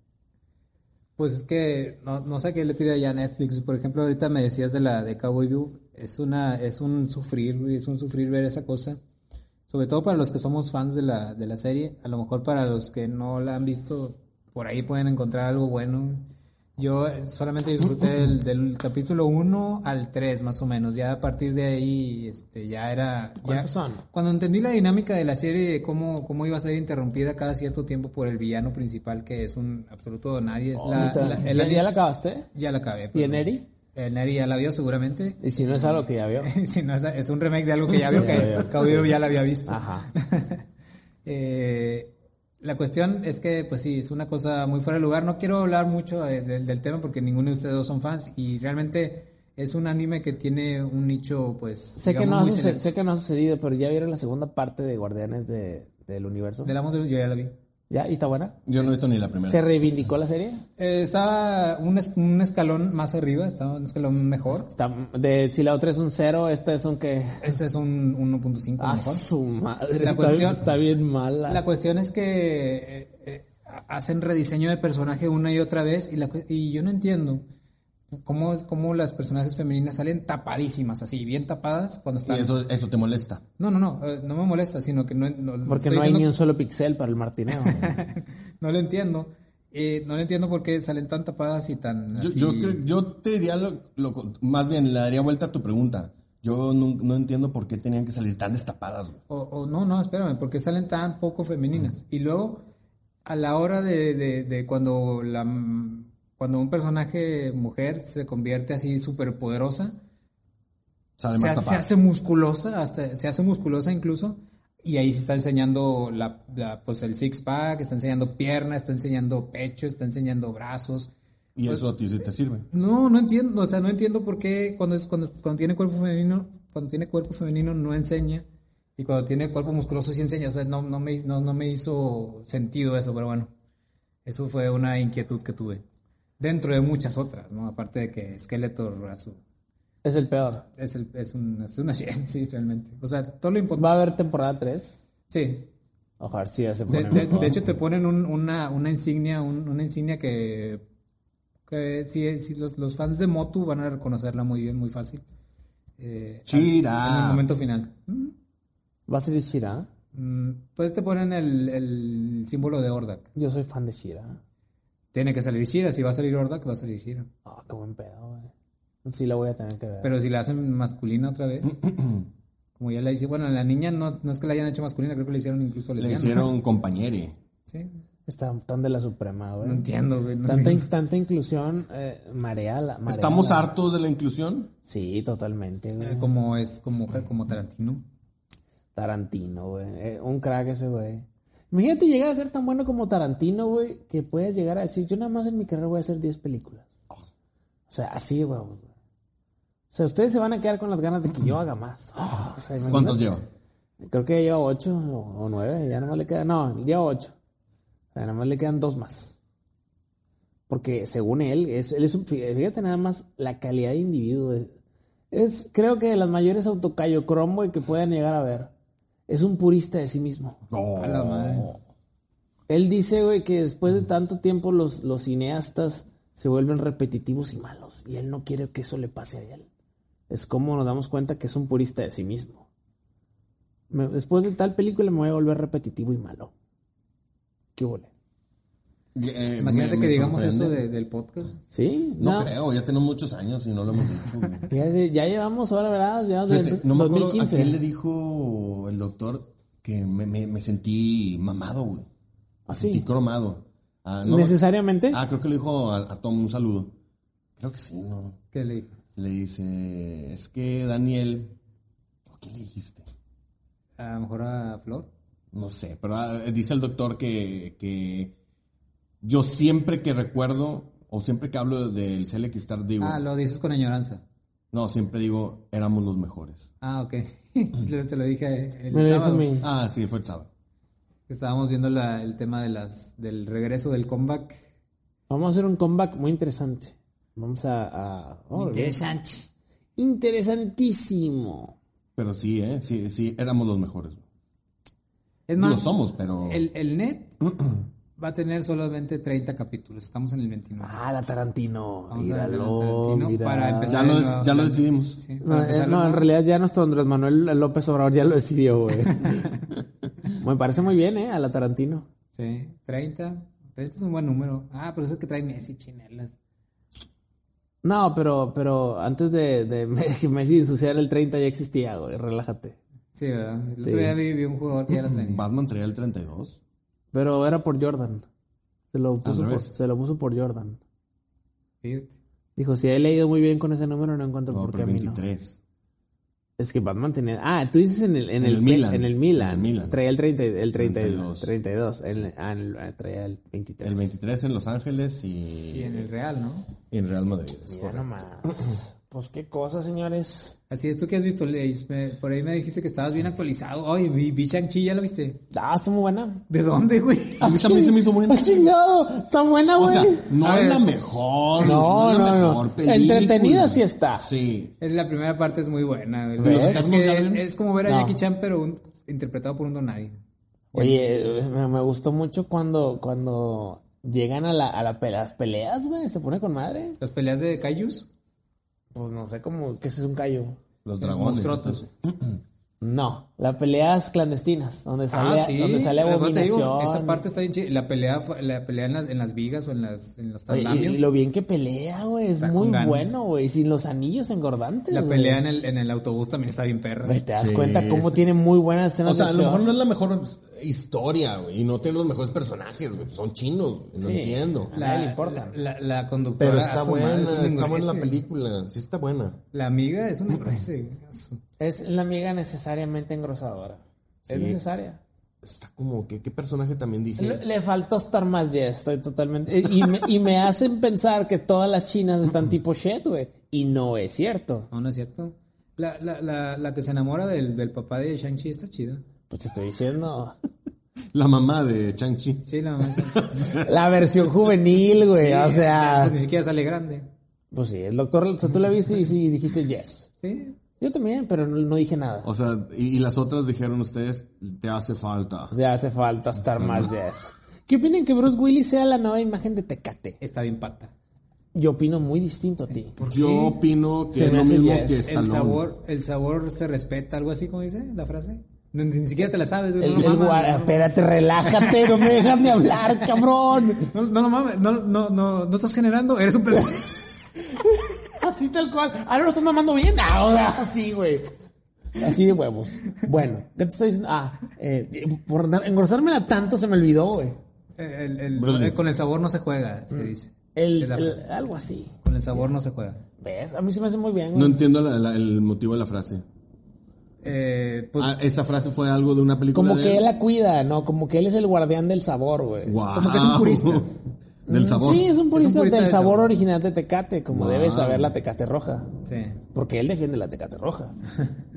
[SPEAKER 3] Pues es que no, no sé a qué le tira ya Netflix. Por ejemplo, ahorita me decías de la de Cowboy View. Es una, es un sufrir, güey, es un sufrir ver esa cosa. Sobre todo para los que somos fans de la, de la serie. A lo mejor para los que no la han visto, por ahí pueden encontrar algo bueno. Yo eh, solamente disfruté del, del capítulo 1 al 3 más o menos. Ya a partir de ahí, este, ya era... ya-
[SPEAKER 4] ¿Cuántos son?
[SPEAKER 3] Cuando entendí la dinámica de la serie, de cómo, cómo iba a ser interrumpida cada cierto tiempo por el villano principal, que es un absoluto nadie. Es la, la- el-
[SPEAKER 4] Oh, ¿Ya, ya la acabaste?
[SPEAKER 3] ya la acabé.
[SPEAKER 4] ¿Y
[SPEAKER 3] perdón.
[SPEAKER 4] en Eri?
[SPEAKER 3] El Neri ya la vio seguramente.
[SPEAKER 4] Y si no es algo que ya vio.
[SPEAKER 3] si no, es, es un remake de algo que ya vio,
[SPEAKER 4] Ya
[SPEAKER 3] que
[SPEAKER 4] veo.
[SPEAKER 3] Caudillo ya la había visto.
[SPEAKER 4] Ajá.
[SPEAKER 3] Eh, la cuestión es que, pues sí, es una cosa muy fuera de lugar. No quiero hablar mucho de- de- del tema porque ninguno de ustedes dos son fans y realmente es un anime que tiene un nicho, pues,
[SPEAKER 4] Sé que, no
[SPEAKER 3] digamos,
[SPEAKER 4] ha
[SPEAKER 3] muy
[SPEAKER 4] suce-
[SPEAKER 3] selecto.
[SPEAKER 4] sé que no ha sucedido, pero ya vieron la segunda parte de Guardianes de- del Universo.
[SPEAKER 3] Del Amos del- yo ya la vi.
[SPEAKER 4] ¿Ya? ¿Y está buena?
[SPEAKER 2] Yo no he visto ni la primera.
[SPEAKER 4] ¿Se reivindicó la serie?
[SPEAKER 3] Eh, estaba un, es- un escalón más arriba, estaba un escalón mejor.
[SPEAKER 4] Está- de, si la otra es un cero, esta es un que...
[SPEAKER 3] Este es un 1.5
[SPEAKER 4] A
[SPEAKER 3] mejor.
[SPEAKER 4] su madre.
[SPEAKER 3] La
[SPEAKER 4] está,
[SPEAKER 3] cuestión-
[SPEAKER 4] está bien mala.
[SPEAKER 3] La cuestión es que eh, eh, hacen rediseño de personaje una y otra vez y, la cu- y yo no entiendo cómo, es- cómo las personajes femeninas salen tapadísimas, así, bien tapadas cuando
[SPEAKER 2] Y
[SPEAKER 3] están...
[SPEAKER 2] eso, eso te molesta.
[SPEAKER 3] No, no, no, eh, no me molesta, sino que no, no, no
[SPEAKER 4] porque
[SPEAKER 3] estoy
[SPEAKER 4] no hay
[SPEAKER 3] diciendo-
[SPEAKER 4] ni un solo pixel para el martineo.
[SPEAKER 3] no lo entiendo. Eh, no lo entiendo por qué salen tan tapadas y tan...
[SPEAKER 2] Yo,
[SPEAKER 3] así.
[SPEAKER 2] yo creo- yo te diría, lo, lo con- más bien, le daría vuelta a tu pregunta. Yo no, no entiendo por qué tenían que salir tan destapadas, güey.
[SPEAKER 3] O, o no, no, espérame, porque salen tan poco femeninas.
[SPEAKER 2] Mm.
[SPEAKER 3] Y luego, a la hora de, de, de cuando, la, m- cuando un personaje mujer se convierte así súper poderosa,
[SPEAKER 2] Salen
[SPEAKER 3] se,
[SPEAKER 2] más
[SPEAKER 3] se
[SPEAKER 2] tapadas.
[SPEAKER 3] hace musculosa, hasta se hace musculosa incluso, y ahí se está enseñando la, la- pues el six-pack, está enseñando piernas, está enseñando pecho, está enseñando brazos.
[SPEAKER 2] Y eso a ti sí te sirve.
[SPEAKER 3] No, no entiendo, o sea, no entiendo por qué cuando, es, cuando, es- cuando tiene cuerpo femenino, cuando tiene cuerpo femenino no enseña y cuando tiene cuerpo musculoso sí enseña, o sea, no, no, me, no, no me hizo sentido eso, pero bueno, eso fue una inquietud que tuve, dentro de muchas otras, ¿no? Aparte de que Skeletor a su-
[SPEAKER 4] es el peor.
[SPEAKER 3] es, el- es, un, es una shit, sí, realmente, o sea, todo lo importante,
[SPEAKER 4] ¿Va a haber temporada 3?
[SPEAKER 3] sí,
[SPEAKER 4] Ojalá sí, ya se
[SPEAKER 3] de,
[SPEAKER 4] pone
[SPEAKER 3] de-
[SPEAKER 4] mejor.
[SPEAKER 3] de hecho, te ponen un- una, una insignia, un- una insignia que, que si, si los, los fans de Motu van a reconocerla muy bien, muy fácil. Eh,
[SPEAKER 2] Chira.
[SPEAKER 3] En el momento final. Mm,
[SPEAKER 4] ¿Va a ser Shira?
[SPEAKER 3] mm, Pues te ponen el, el símbolo de Ordak.
[SPEAKER 4] Yo soy fan de Shira.
[SPEAKER 3] Tiene que salir Shira. Si va a salir Ordak, va a salir Shira.
[SPEAKER 4] Ah, qué buen pedo, güey. Sí la voy a tener que ver.
[SPEAKER 3] Pero si la hacen masculina otra vez, como ya la hice, bueno, la niña no, no es que la hayan hecho masculina, creo que la hicieron incluso
[SPEAKER 2] Le
[SPEAKER 3] lesbiana.
[SPEAKER 2] hicieron compañere.
[SPEAKER 3] Sí,
[SPEAKER 4] Están tan de la suprema, güey.
[SPEAKER 3] no entiendo, güey. no
[SPEAKER 4] Tanta,
[SPEAKER 3] entiendo.
[SPEAKER 4] in- tanta inclusión eh, marea la. marea
[SPEAKER 2] ¿Estamos
[SPEAKER 4] la-
[SPEAKER 2] hartos de la inclusión?
[SPEAKER 4] Sí, totalmente, güey.
[SPEAKER 3] Eh, Como es, como, como Tarantino.
[SPEAKER 4] Tarantino, güey. Eh, un crack ese, güey. Imagínate llegar a ser tan bueno como Tarantino, güey, que puedes llegar a decir, yo nada más en mi carrera voy a hacer 10 películas. O sea, así, güey. O sea, ustedes se van a quedar con las ganas de que yo haga más. O sea, imagínate.
[SPEAKER 2] ¿Cuántos lleva?
[SPEAKER 4] Creo que lleva 8 o 9, ya nomás le queda, no, lleva 8. O sea, nomás le quedan dos más. Porque según él, es, él es un, fí- fíjate nada más la calidad de individuo. Es, es, creo que de las mayores autocayo crombo que puedan llegar a ver. Es un purista de sí mismo.
[SPEAKER 2] Oh,
[SPEAKER 3] A la madre.
[SPEAKER 4] Él dice, güey, que después de tanto tiempo los, los cineastas se vuelven repetitivos y malos. Y él no quiere que eso le pase a él. Es como nos damos cuenta que es un purista de sí mismo. Me- después de tal película me voy a volver repetitivo y malo. ¿Qué huele?
[SPEAKER 2] Eh,
[SPEAKER 3] Imagínate
[SPEAKER 2] me-
[SPEAKER 3] que
[SPEAKER 2] me
[SPEAKER 3] digamos eso
[SPEAKER 2] sorprende.
[SPEAKER 3] de- del podcast.
[SPEAKER 4] ¿Sí?
[SPEAKER 2] No, creo, ya tenemos muchos años y no lo hemos dicho. güey.
[SPEAKER 4] Ya, ya llevamos ahora, ¿verdad? Llevamos desde
[SPEAKER 2] Fíjate, no me acuerdo a
[SPEAKER 4] 2015.
[SPEAKER 2] quién le dijo el doctor que me, me- me sentí mamado, güey.
[SPEAKER 4] ¿Ah,
[SPEAKER 2] Me
[SPEAKER 4] sí?
[SPEAKER 2] sentí cromado. Ah, no,
[SPEAKER 4] ¿Necesariamente?
[SPEAKER 2] Ah, creo que le dijo a, a Tom un saludo. Creo que sí, ¿no?
[SPEAKER 3] ¿Qué le dijo?
[SPEAKER 2] Le dice, es que Daniel... ¿o ¿Qué le dijiste?
[SPEAKER 3] A lo mejor a Flor.
[SPEAKER 2] No sé, pero ah, dice el doctor que, que yo siempre que recuerdo o siempre que hablo del CLXstar digo...
[SPEAKER 3] Ah, lo dices con añoranza.
[SPEAKER 2] No, siempre digo, éramos los mejores.
[SPEAKER 3] Ah, ok. Yo Se lo dije el
[SPEAKER 4] Me lo dijo
[SPEAKER 3] sábado.
[SPEAKER 4] mi-
[SPEAKER 2] Ah, sí, fue el sábado.
[SPEAKER 3] Estábamos viendo la- el tema de las, del regreso del comeback.
[SPEAKER 4] Vamos a hacer un comeback muy interesante. Vamos a. a- oh,
[SPEAKER 3] Interesante.
[SPEAKER 4] Interesantísimo.
[SPEAKER 2] Pero sí, ¿eh? Sí, sí, éramos los mejores.
[SPEAKER 3] Es
[SPEAKER 2] No
[SPEAKER 3] más,
[SPEAKER 2] lo somos, pero...
[SPEAKER 3] el, el net va a tener solamente 30 capítulos. Estamos en el 29.
[SPEAKER 4] Ah, la Tarantino.
[SPEAKER 3] Vamos a hacer
[SPEAKER 4] Míralo,
[SPEAKER 3] un Tarantino
[SPEAKER 4] mira.
[SPEAKER 3] para
[SPEAKER 2] ya,
[SPEAKER 3] empezar.
[SPEAKER 2] lo,
[SPEAKER 3] de
[SPEAKER 2] des-
[SPEAKER 3] nuevo.
[SPEAKER 2] ya lo decidimos.
[SPEAKER 3] Sí, para
[SPEAKER 4] No, eh,
[SPEAKER 3] empezar de
[SPEAKER 4] no, en
[SPEAKER 3] nuevo.
[SPEAKER 4] realidad ya nuestro Andrés Manuel López Obrador ya lo decidió, güey. Me parece muy bien, ¿eh? A la Tarantino.
[SPEAKER 3] Sí, 30. 30 es un buen número. Ah, pero eso que trae Messi, chinelas.
[SPEAKER 4] No, pero, pero antes de, de que Messi ensuciar el 30 ya existía, güey. Relájate.
[SPEAKER 3] Sí, ¿verdad? El
[SPEAKER 4] Sí.
[SPEAKER 3] otro día vi, vi un jugador que ya lo traía.
[SPEAKER 2] Batman traía el 32.
[SPEAKER 4] Pero era por Jordan. Se lo puso, por,
[SPEAKER 2] revés.
[SPEAKER 4] se lo puso por Jordan.
[SPEAKER 3] Fíjate.
[SPEAKER 4] Dijo, si he leído muy bien con ese número, no encuentro
[SPEAKER 2] No,
[SPEAKER 4] por qué
[SPEAKER 2] pero
[SPEAKER 4] a mí no.
[SPEAKER 2] 23.
[SPEAKER 4] Es que Batman tenía... Ah, tú dices en el, en
[SPEAKER 2] En
[SPEAKER 4] el,
[SPEAKER 2] el
[SPEAKER 4] pe-
[SPEAKER 2] Milan.
[SPEAKER 4] En el Milan.
[SPEAKER 2] En el Milan.
[SPEAKER 4] Traía el 30, el 30, 32.
[SPEAKER 2] 32.
[SPEAKER 4] En- ah, en- ah, traía el 23.
[SPEAKER 2] El 23 en Los Ángeles
[SPEAKER 3] Y
[SPEAKER 2] y
[SPEAKER 3] en el Real, ¿no?
[SPEAKER 2] en Real Madrid. es
[SPEAKER 4] Ya
[SPEAKER 2] correcto.
[SPEAKER 4] nomás. pues qué cosa, señores.
[SPEAKER 3] Así es, ¿tú qué has visto, Leis? Me- por ahí me dijiste que estabas bien actualizado. Ay, vi, vi Shang-Chi, ¿ya lo viste?
[SPEAKER 4] Ah, está muy buena.
[SPEAKER 3] ¿De dónde, güey?
[SPEAKER 2] A mí también se me hizo buena.
[SPEAKER 4] ¡Ah, chingado! Está buena,
[SPEAKER 2] O
[SPEAKER 4] güey.
[SPEAKER 2] sea, no
[SPEAKER 3] A
[SPEAKER 2] es
[SPEAKER 3] ver.
[SPEAKER 2] la mejor.
[SPEAKER 4] No,
[SPEAKER 2] es la
[SPEAKER 4] no, no.
[SPEAKER 2] mejor película.
[SPEAKER 4] Entretenida sí está.
[SPEAKER 2] Sí.
[SPEAKER 3] Es la primera parte es muy buena. güey.
[SPEAKER 2] ¿Ves?
[SPEAKER 3] Es, que es, es como ver a
[SPEAKER 4] No.
[SPEAKER 3] Jackie Chan, pero un- interpretado por un donadie.
[SPEAKER 4] Oye, eh, me, me gustó mucho cuando, cuando llegan a, la, a la pe- las peleas, güey. Se pone con madre.
[SPEAKER 3] Las peleas de Kaijus,
[SPEAKER 4] Pues no sé cómo, que ese es un callo.
[SPEAKER 2] Los dragones.
[SPEAKER 3] monstruotos.
[SPEAKER 4] No, las peleas clandestinas, donde
[SPEAKER 3] Ah,
[SPEAKER 4] sale,
[SPEAKER 3] sí.
[SPEAKER 4] donde sale
[SPEAKER 3] Luego te digo,
[SPEAKER 4] abominación.
[SPEAKER 3] esa parte está bien chida. La pelea, fue- la pelea en, las, en las vigas o en, las, en los
[SPEAKER 4] Oye, y,
[SPEAKER 3] andamios.
[SPEAKER 4] y lo bien que pelea, güey, es
[SPEAKER 3] Está con
[SPEAKER 4] muy
[SPEAKER 3] ganas.
[SPEAKER 4] bueno, güey, sin los anillos engordantes.
[SPEAKER 3] La
[SPEAKER 4] güey.
[SPEAKER 3] pelea en el, en el autobús también está bien perra.
[SPEAKER 4] Güey, te das
[SPEAKER 2] Sí,
[SPEAKER 4] cuenta cómo
[SPEAKER 2] sí.
[SPEAKER 4] tiene muy buenas escenas
[SPEAKER 2] O sea,
[SPEAKER 4] de
[SPEAKER 2] a lo mejor
[SPEAKER 4] acción.
[SPEAKER 2] no es la mejor historia, güey. Y no tiene los mejores personajes, güey. Son chinos, güey, lo
[SPEAKER 4] Sí.
[SPEAKER 2] entiendo.
[SPEAKER 4] A nadie le importa.
[SPEAKER 3] La, la- la conductora
[SPEAKER 2] Pero está
[SPEAKER 3] a su madre,
[SPEAKER 2] buena,
[SPEAKER 3] es un
[SPEAKER 2] está buena la
[SPEAKER 3] engrese.
[SPEAKER 2] película. Sí está buena.
[SPEAKER 3] La amiga es un engrese, güey. A su-
[SPEAKER 4] Es la amiga necesariamente engrosadora. Es
[SPEAKER 2] Sí.
[SPEAKER 4] necesaria.
[SPEAKER 2] Está como que, ¿qué personaje también
[SPEAKER 4] Le,
[SPEAKER 2] dije?
[SPEAKER 4] le faltó estar más yes, estoy totalmente. Y me, y me hacen pensar que todas las chinas están tipo shit, güey. Y no es cierto.
[SPEAKER 3] No, no es cierto. La, la, la, la que se enamora del, del papá de Shang-Chi está chida.
[SPEAKER 4] Pues te estoy diciendo.
[SPEAKER 2] La mamá de Chang-Chi.
[SPEAKER 3] Sí, la mamá de Shang-Chi.
[SPEAKER 4] La versión juvenil, güey. o sea.
[SPEAKER 3] Pues ni siquiera sale grande.
[SPEAKER 4] Pues sí, el doctor. O sea, tú la viste y, sí dijiste yes.
[SPEAKER 3] Sí.
[SPEAKER 4] Yo también, pero no, no dije nada.
[SPEAKER 2] O sea, y, y las otras dijeron ustedes, te hace falta.
[SPEAKER 4] O sea, pues hace falta estar más yes. ¿Qué opinan que Bruce Willis sea la nueva imagen de Tecate?
[SPEAKER 3] Está bien pata.
[SPEAKER 4] Yo opino muy distinto a ti.
[SPEAKER 2] Yo opino que
[SPEAKER 4] Se
[SPEAKER 2] es
[SPEAKER 4] me
[SPEAKER 2] lo
[SPEAKER 4] hace
[SPEAKER 2] mismo
[SPEAKER 4] yes.
[SPEAKER 2] que
[SPEAKER 4] El
[SPEAKER 3] El
[SPEAKER 2] Stallone.
[SPEAKER 3] sabor, el sabor se respeta, algo así como dice la frase. Ni, ni siquiera te la sabes, güey,
[SPEAKER 4] El,
[SPEAKER 3] no, lo
[SPEAKER 4] el
[SPEAKER 3] mames,
[SPEAKER 4] guar- espérate, relájate, no me dejan de hablar, cabrón.
[SPEAKER 3] no, no lo mames, no, no, no, no estás generando, eres un per-
[SPEAKER 4] Así tal cual. Ahora lo están mamando bien. Ahora sí, güey. Así de huevos. Bueno, ¿qué te estoy diciendo? Ah, eh, por andar- engrosármela tanto se me olvidó, güey.
[SPEAKER 3] el- el- el- Con el sabor no se juega, se dice.
[SPEAKER 4] Mm. El,
[SPEAKER 3] Es la
[SPEAKER 4] el-
[SPEAKER 3] frase.
[SPEAKER 4] algo así.
[SPEAKER 3] Con el sabor no se juega.
[SPEAKER 4] ¿Ves? A mí se me hace muy bien,
[SPEAKER 2] No
[SPEAKER 4] güey.
[SPEAKER 2] entiendo la- la- el motivo de la frase.
[SPEAKER 3] Eh, pues,
[SPEAKER 2] Ah, esa frase fue algo de una película.
[SPEAKER 4] Como
[SPEAKER 2] de
[SPEAKER 4] que
[SPEAKER 2] él?
[SPEAKER 4] él la cuida, ¿no? Como que él es el guardián del sabor, güey.
[SPEAKER 2] Guau.
[SPEAKER 3] como que es un purista.
[SPEAKER 2] Del sabor.
[SPEAKER 4] Mm, Sí, es un purista,
[SPEAKER 3] purista
[SPEAKER 4] del,
[SPEAKER 3] del
[SPEAKER 4] sabor,
[SPEAKER 3] sabor.
[SPEAKER 4] original de Tecate, como debe saber la Tecate roja.
[SPEAKER 3] Sí.
[SPEAKER 4] Porque él defiende la Tecate roja.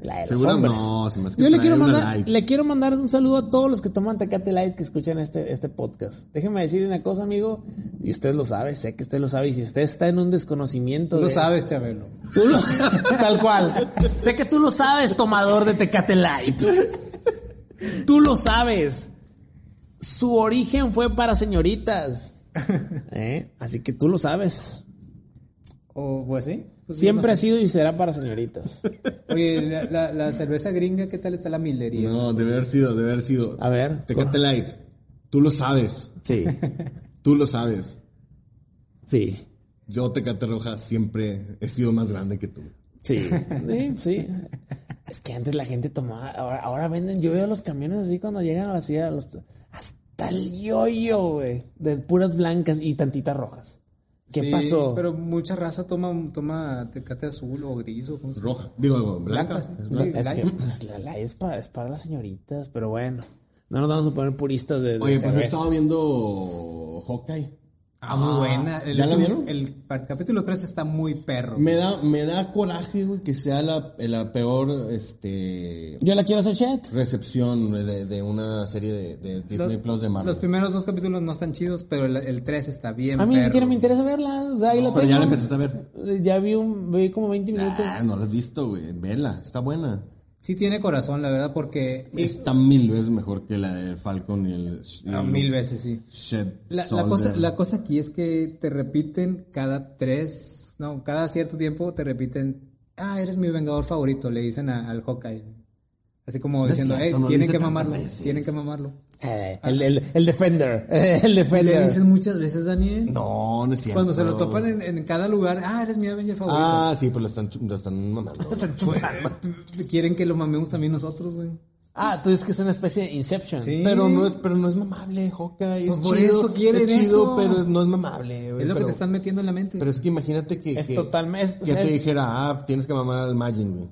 [SPEAKER 4] La de los
[SPEAKER 2] Seguro
[SPEAKER 4] hombres.
[SPEAKER 2] no, se me hace que
[SPEAKER 4] Yo le
[SPEAKER 2] trae
[SPEAKER 4] quiero,
[SPEAKER 2] una
[SPEAKER 4] mandar,
[SPEAKER 2] light.
[SPEAKER 4] le quiero mandar un saludo a todos los que toman Tecate Light que escuchan este, este podcast. Déjeme decir una cosa, amigo, y usted lo sabe, sé que usted lo sabe, y si usted está en un desconocimiento
[SPEAKER 3] Tú
[SPEAKER 4] de...
[SPEAKER 3] lo sabes, Chabelo.
[SPEAKER 4] Tú lo- tal cual. Sé que tú lo sabes, tomador de Tecate Light. Tú lo sabes. Su origen fue para señoritas. ¿Eh? Así que tú lo sabes.
[SPEAKER 3] O pues sí. Pues,
[SPEAKER 4] Siempre
[SPEAKER 3] no
[SPEAKER 4] ha
[SPEAKER 3] sé.
[SPEAKER 4] sido y será para señoritas.
[SPEAKER 3] Oye, la, la- la cerveza gringa, ¿qué tal está la Miller? Y
[SPEAKER 2] No,
[SPEAKER 3] esas?
[SPEAKER 2] debe haber sido, debe haber sido.
[SPEAKER 4] A ver.
[SPEAKER 2] Tecate Light. Tú lo sabes.
[SPEAKER 4] Sí.
[SPEAKER 2] Tú lo sabes.
[SPEAKER 4] Sí.
[SPEAKER 2] Yo, Tecate Roja, siempre he sido más grande que tú.
[SPEAKER 4] Sí. Sí, sí. Es que antes la gente tomaba, ahora, ahora venden, yo veo los camiones así cuando llegan a la ciudad, los- hasta el yoyo, güey, de puras blancas y tantitas rojas. ¿Qué
[SPEAKER 3] Sí,
[SPEAKER 4] pasó?
[SPEAKER 3] Pero mucha raza toma, toma tecate azul o gris o como se
[SPEAKER 2] Roja. Digo,
[SPEAKER 3] Blanca,
[SPEAKER 2] blanca.
[SPEAKER 3] sí.
[SPEAKER 2] Es
[SPEAKER 4] No,
[SPEAKER 2] blanca.
[SPEAKER 4] es que, pues, la light es para, es para las señoritas, pero bueno, no nos vamos a poner puristas de, de
[SPEAKER 2] Oye, pues he
[SPEAKER 4] cerveza.
[SPEAKER 2] estado viendo Hawkeye.
[SPEAKER 3] Ah, muy buena. El,
[SPEAKER 2] ¿ya la
[SPEAKER 3] último-
[SPEAKER 2] vieron?
[SPEAKER 3] El, par- capítulo 3 está muy perro.
[SPEAKER 2] Me da, me da coraje, güey, que sea la, la peor, este,
[SPEAKER 4] Yo la quiero hacer chat.
[SPEAKER 2] recepción de, de una esta serie de, de Disney Plus de Marvel.
[SPEAKER 3] los primeros dos capítulos no están chidos, pero el, el 3 está bien.
[SPEAKER 4] A mí ni
[SPEAKER 3] perro.
[SPEAKER 4] siquiera me interesa verla. O sea, ahí la
[SPEAKER 2] pero ya la
[SPEAKER 4] tengo.
[SPEAKER 2] empezaste a ver.
[SPEAKER 4] Eh, Ya vi, un, vi como 20 minutos.
[SPEAKER 2] Ah, no la has visto, güey. Vela, está buena.
[SPEAKER 3] Sí tiene corazón, la verdad, porque...
[SPEAKER 2] Está mil veces mejor que la de Falcon y el. y
[SPEAKER 3] Ah,
[SPEAKER 2] el
[SPEAKER 3] mil veces, sí.
[SPEAKER 2] Shed
[SPEAKER 3] La, la
[SPEAKER 2] Soldier.
[SPEAKER 3] cosa, la cosa aquí es que te repiten cada tres, no, cada cierto tiempo te repiten, ah, eres mi vengador favorito, le dicen a- al Hawkeye. Así como
[SPEAKER 2] es
[SPEAKER 3] diciendo,
[SPEAKER 2] cierto,
[SPEAKER 3] "Ey,
[SPEAKER 2] no
[SPEAKER 3] tienen
[SPEAKER 2] dice
[SPEAKER 3] que
[SPEAKER 2] tantas
[SPEAKER 3] mamarlo,
[SPEAKER 2] veces".
[SPEAKER 3] tienen que mamarlo.
[SPEAKER 4] Eh, el, el, el Defender. El
[SPEAKER 3] Sí, le
[SPEAKER 4] Defender.
[SPEAKER 3] dices muchas veces, Daniel.
[SPEAKER 2] No, no es cierto.
[SPEAKER 3] Cuando se lo topan en, en cada lugar, ah, eres mi Avenger favorito.
[SPEAKER 2] Ah, sí, pero lo están, chu- lo están mamando.
[SPEAKER 3] Pues, Quieren que lo mamemos también nosotros, güey.
[SPEAKER 4] Ah, tú dices que es una especie de Inception.
[SPEAKER 3] Sí.
[SPEAKER 2] Pero no es, pero no es mamable, Hawkeye.
[SPEAKER 3] Pues
[SPEAKER 2] es
[SPEAKER 3] por
[SPEAKER 2] chido,
[SPEAKER 3] eso quieren
[SPEAKER 2] es chido,
[SPEAKER 3] eso.
[SPEAKER 2] pero es- no es mamable, güey.
[SPEAKER 3] Es lo que
[SPEAKER 2] pero-
[SPEAKER 3] te están metiendo en la mente.
[SPEAKER 2] Pero es que imagínate que.
[SPEAKER 4] Es
[SPEAKER 2] que-
[SPEAKER 4] totalmente- es- o
[SPEAKER 2] Que
[SPEAKER 4] sea,
[SPEAKER 2] te
[SPEAKER 4] es-
[SPEAKER 2] dijera, ah, tienes que mamar al Majin, güey.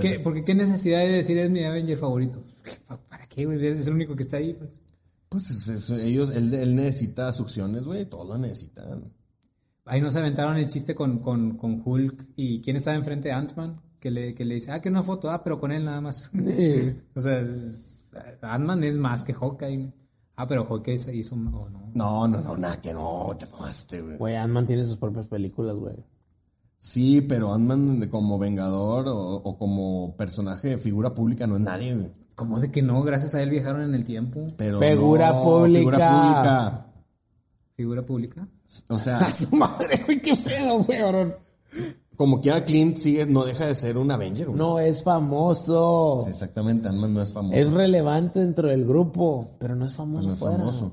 [SPEAKER 3] ¿Qué- porque qué necesidad de decir es mi Avenger favorito. ¿Pa- ¿Para qué, güey? Es el único que está ahí. pues.
[SPEAKER 2] Pues es eso, ellos, él, él necesita succiones, güey. Todos lo necesitan.
[SPEAKER 3] Ahí nos aventaron el chiste con, con, con Hulk y quién estaba enfrente de Ant-Man, que le, que le dice, ah, que una foto, ah, pero con él nada más. o sea, es- Ant-Man es más que Hawkeye. Ah, pero Hawkeye se hizo, o no.
[SPEAKER 2] No, no, no, nada, que no, te mamaste, güey.
[SPEAKER 4] Güey, Ant-Man tiene sus propias películas, güey.
[SPEAKER 2] Sí, pero Ant-Man como vengador o, o como personaje, figura pública, no es nadie, güey.
[SPEAKER 3] ¿Cómo de que no? Gracias a él viajaron en el tiempo.
[SPEAKER 2] Pero
[SPEAKER 4] Figura
[SPEAKER 2] no,
[SPEAKER 4] pública.
[SPEAKER 2] Figura pública.
[SPEAKER 3] Figura pública.
[SPEAKER 2] O sea,
[SPEAKER 4] A su madre, güey, qué pedo, güey, cabrón.
[SPEAKER 2] como quiera Clint sigue, no deja de ser un Avenger, güey.
[SPEAKER 4] No es famoso.
[SPEAKER 2] Sí, Exactamente, Ant-Man no es famoso.
[SPEAKER 4] Es relevante dentro del grupo, pero no es famoso
[SPEAKER 2] no es
[SPEAKER 4] fuera.
[SPEAKER 2] famoso.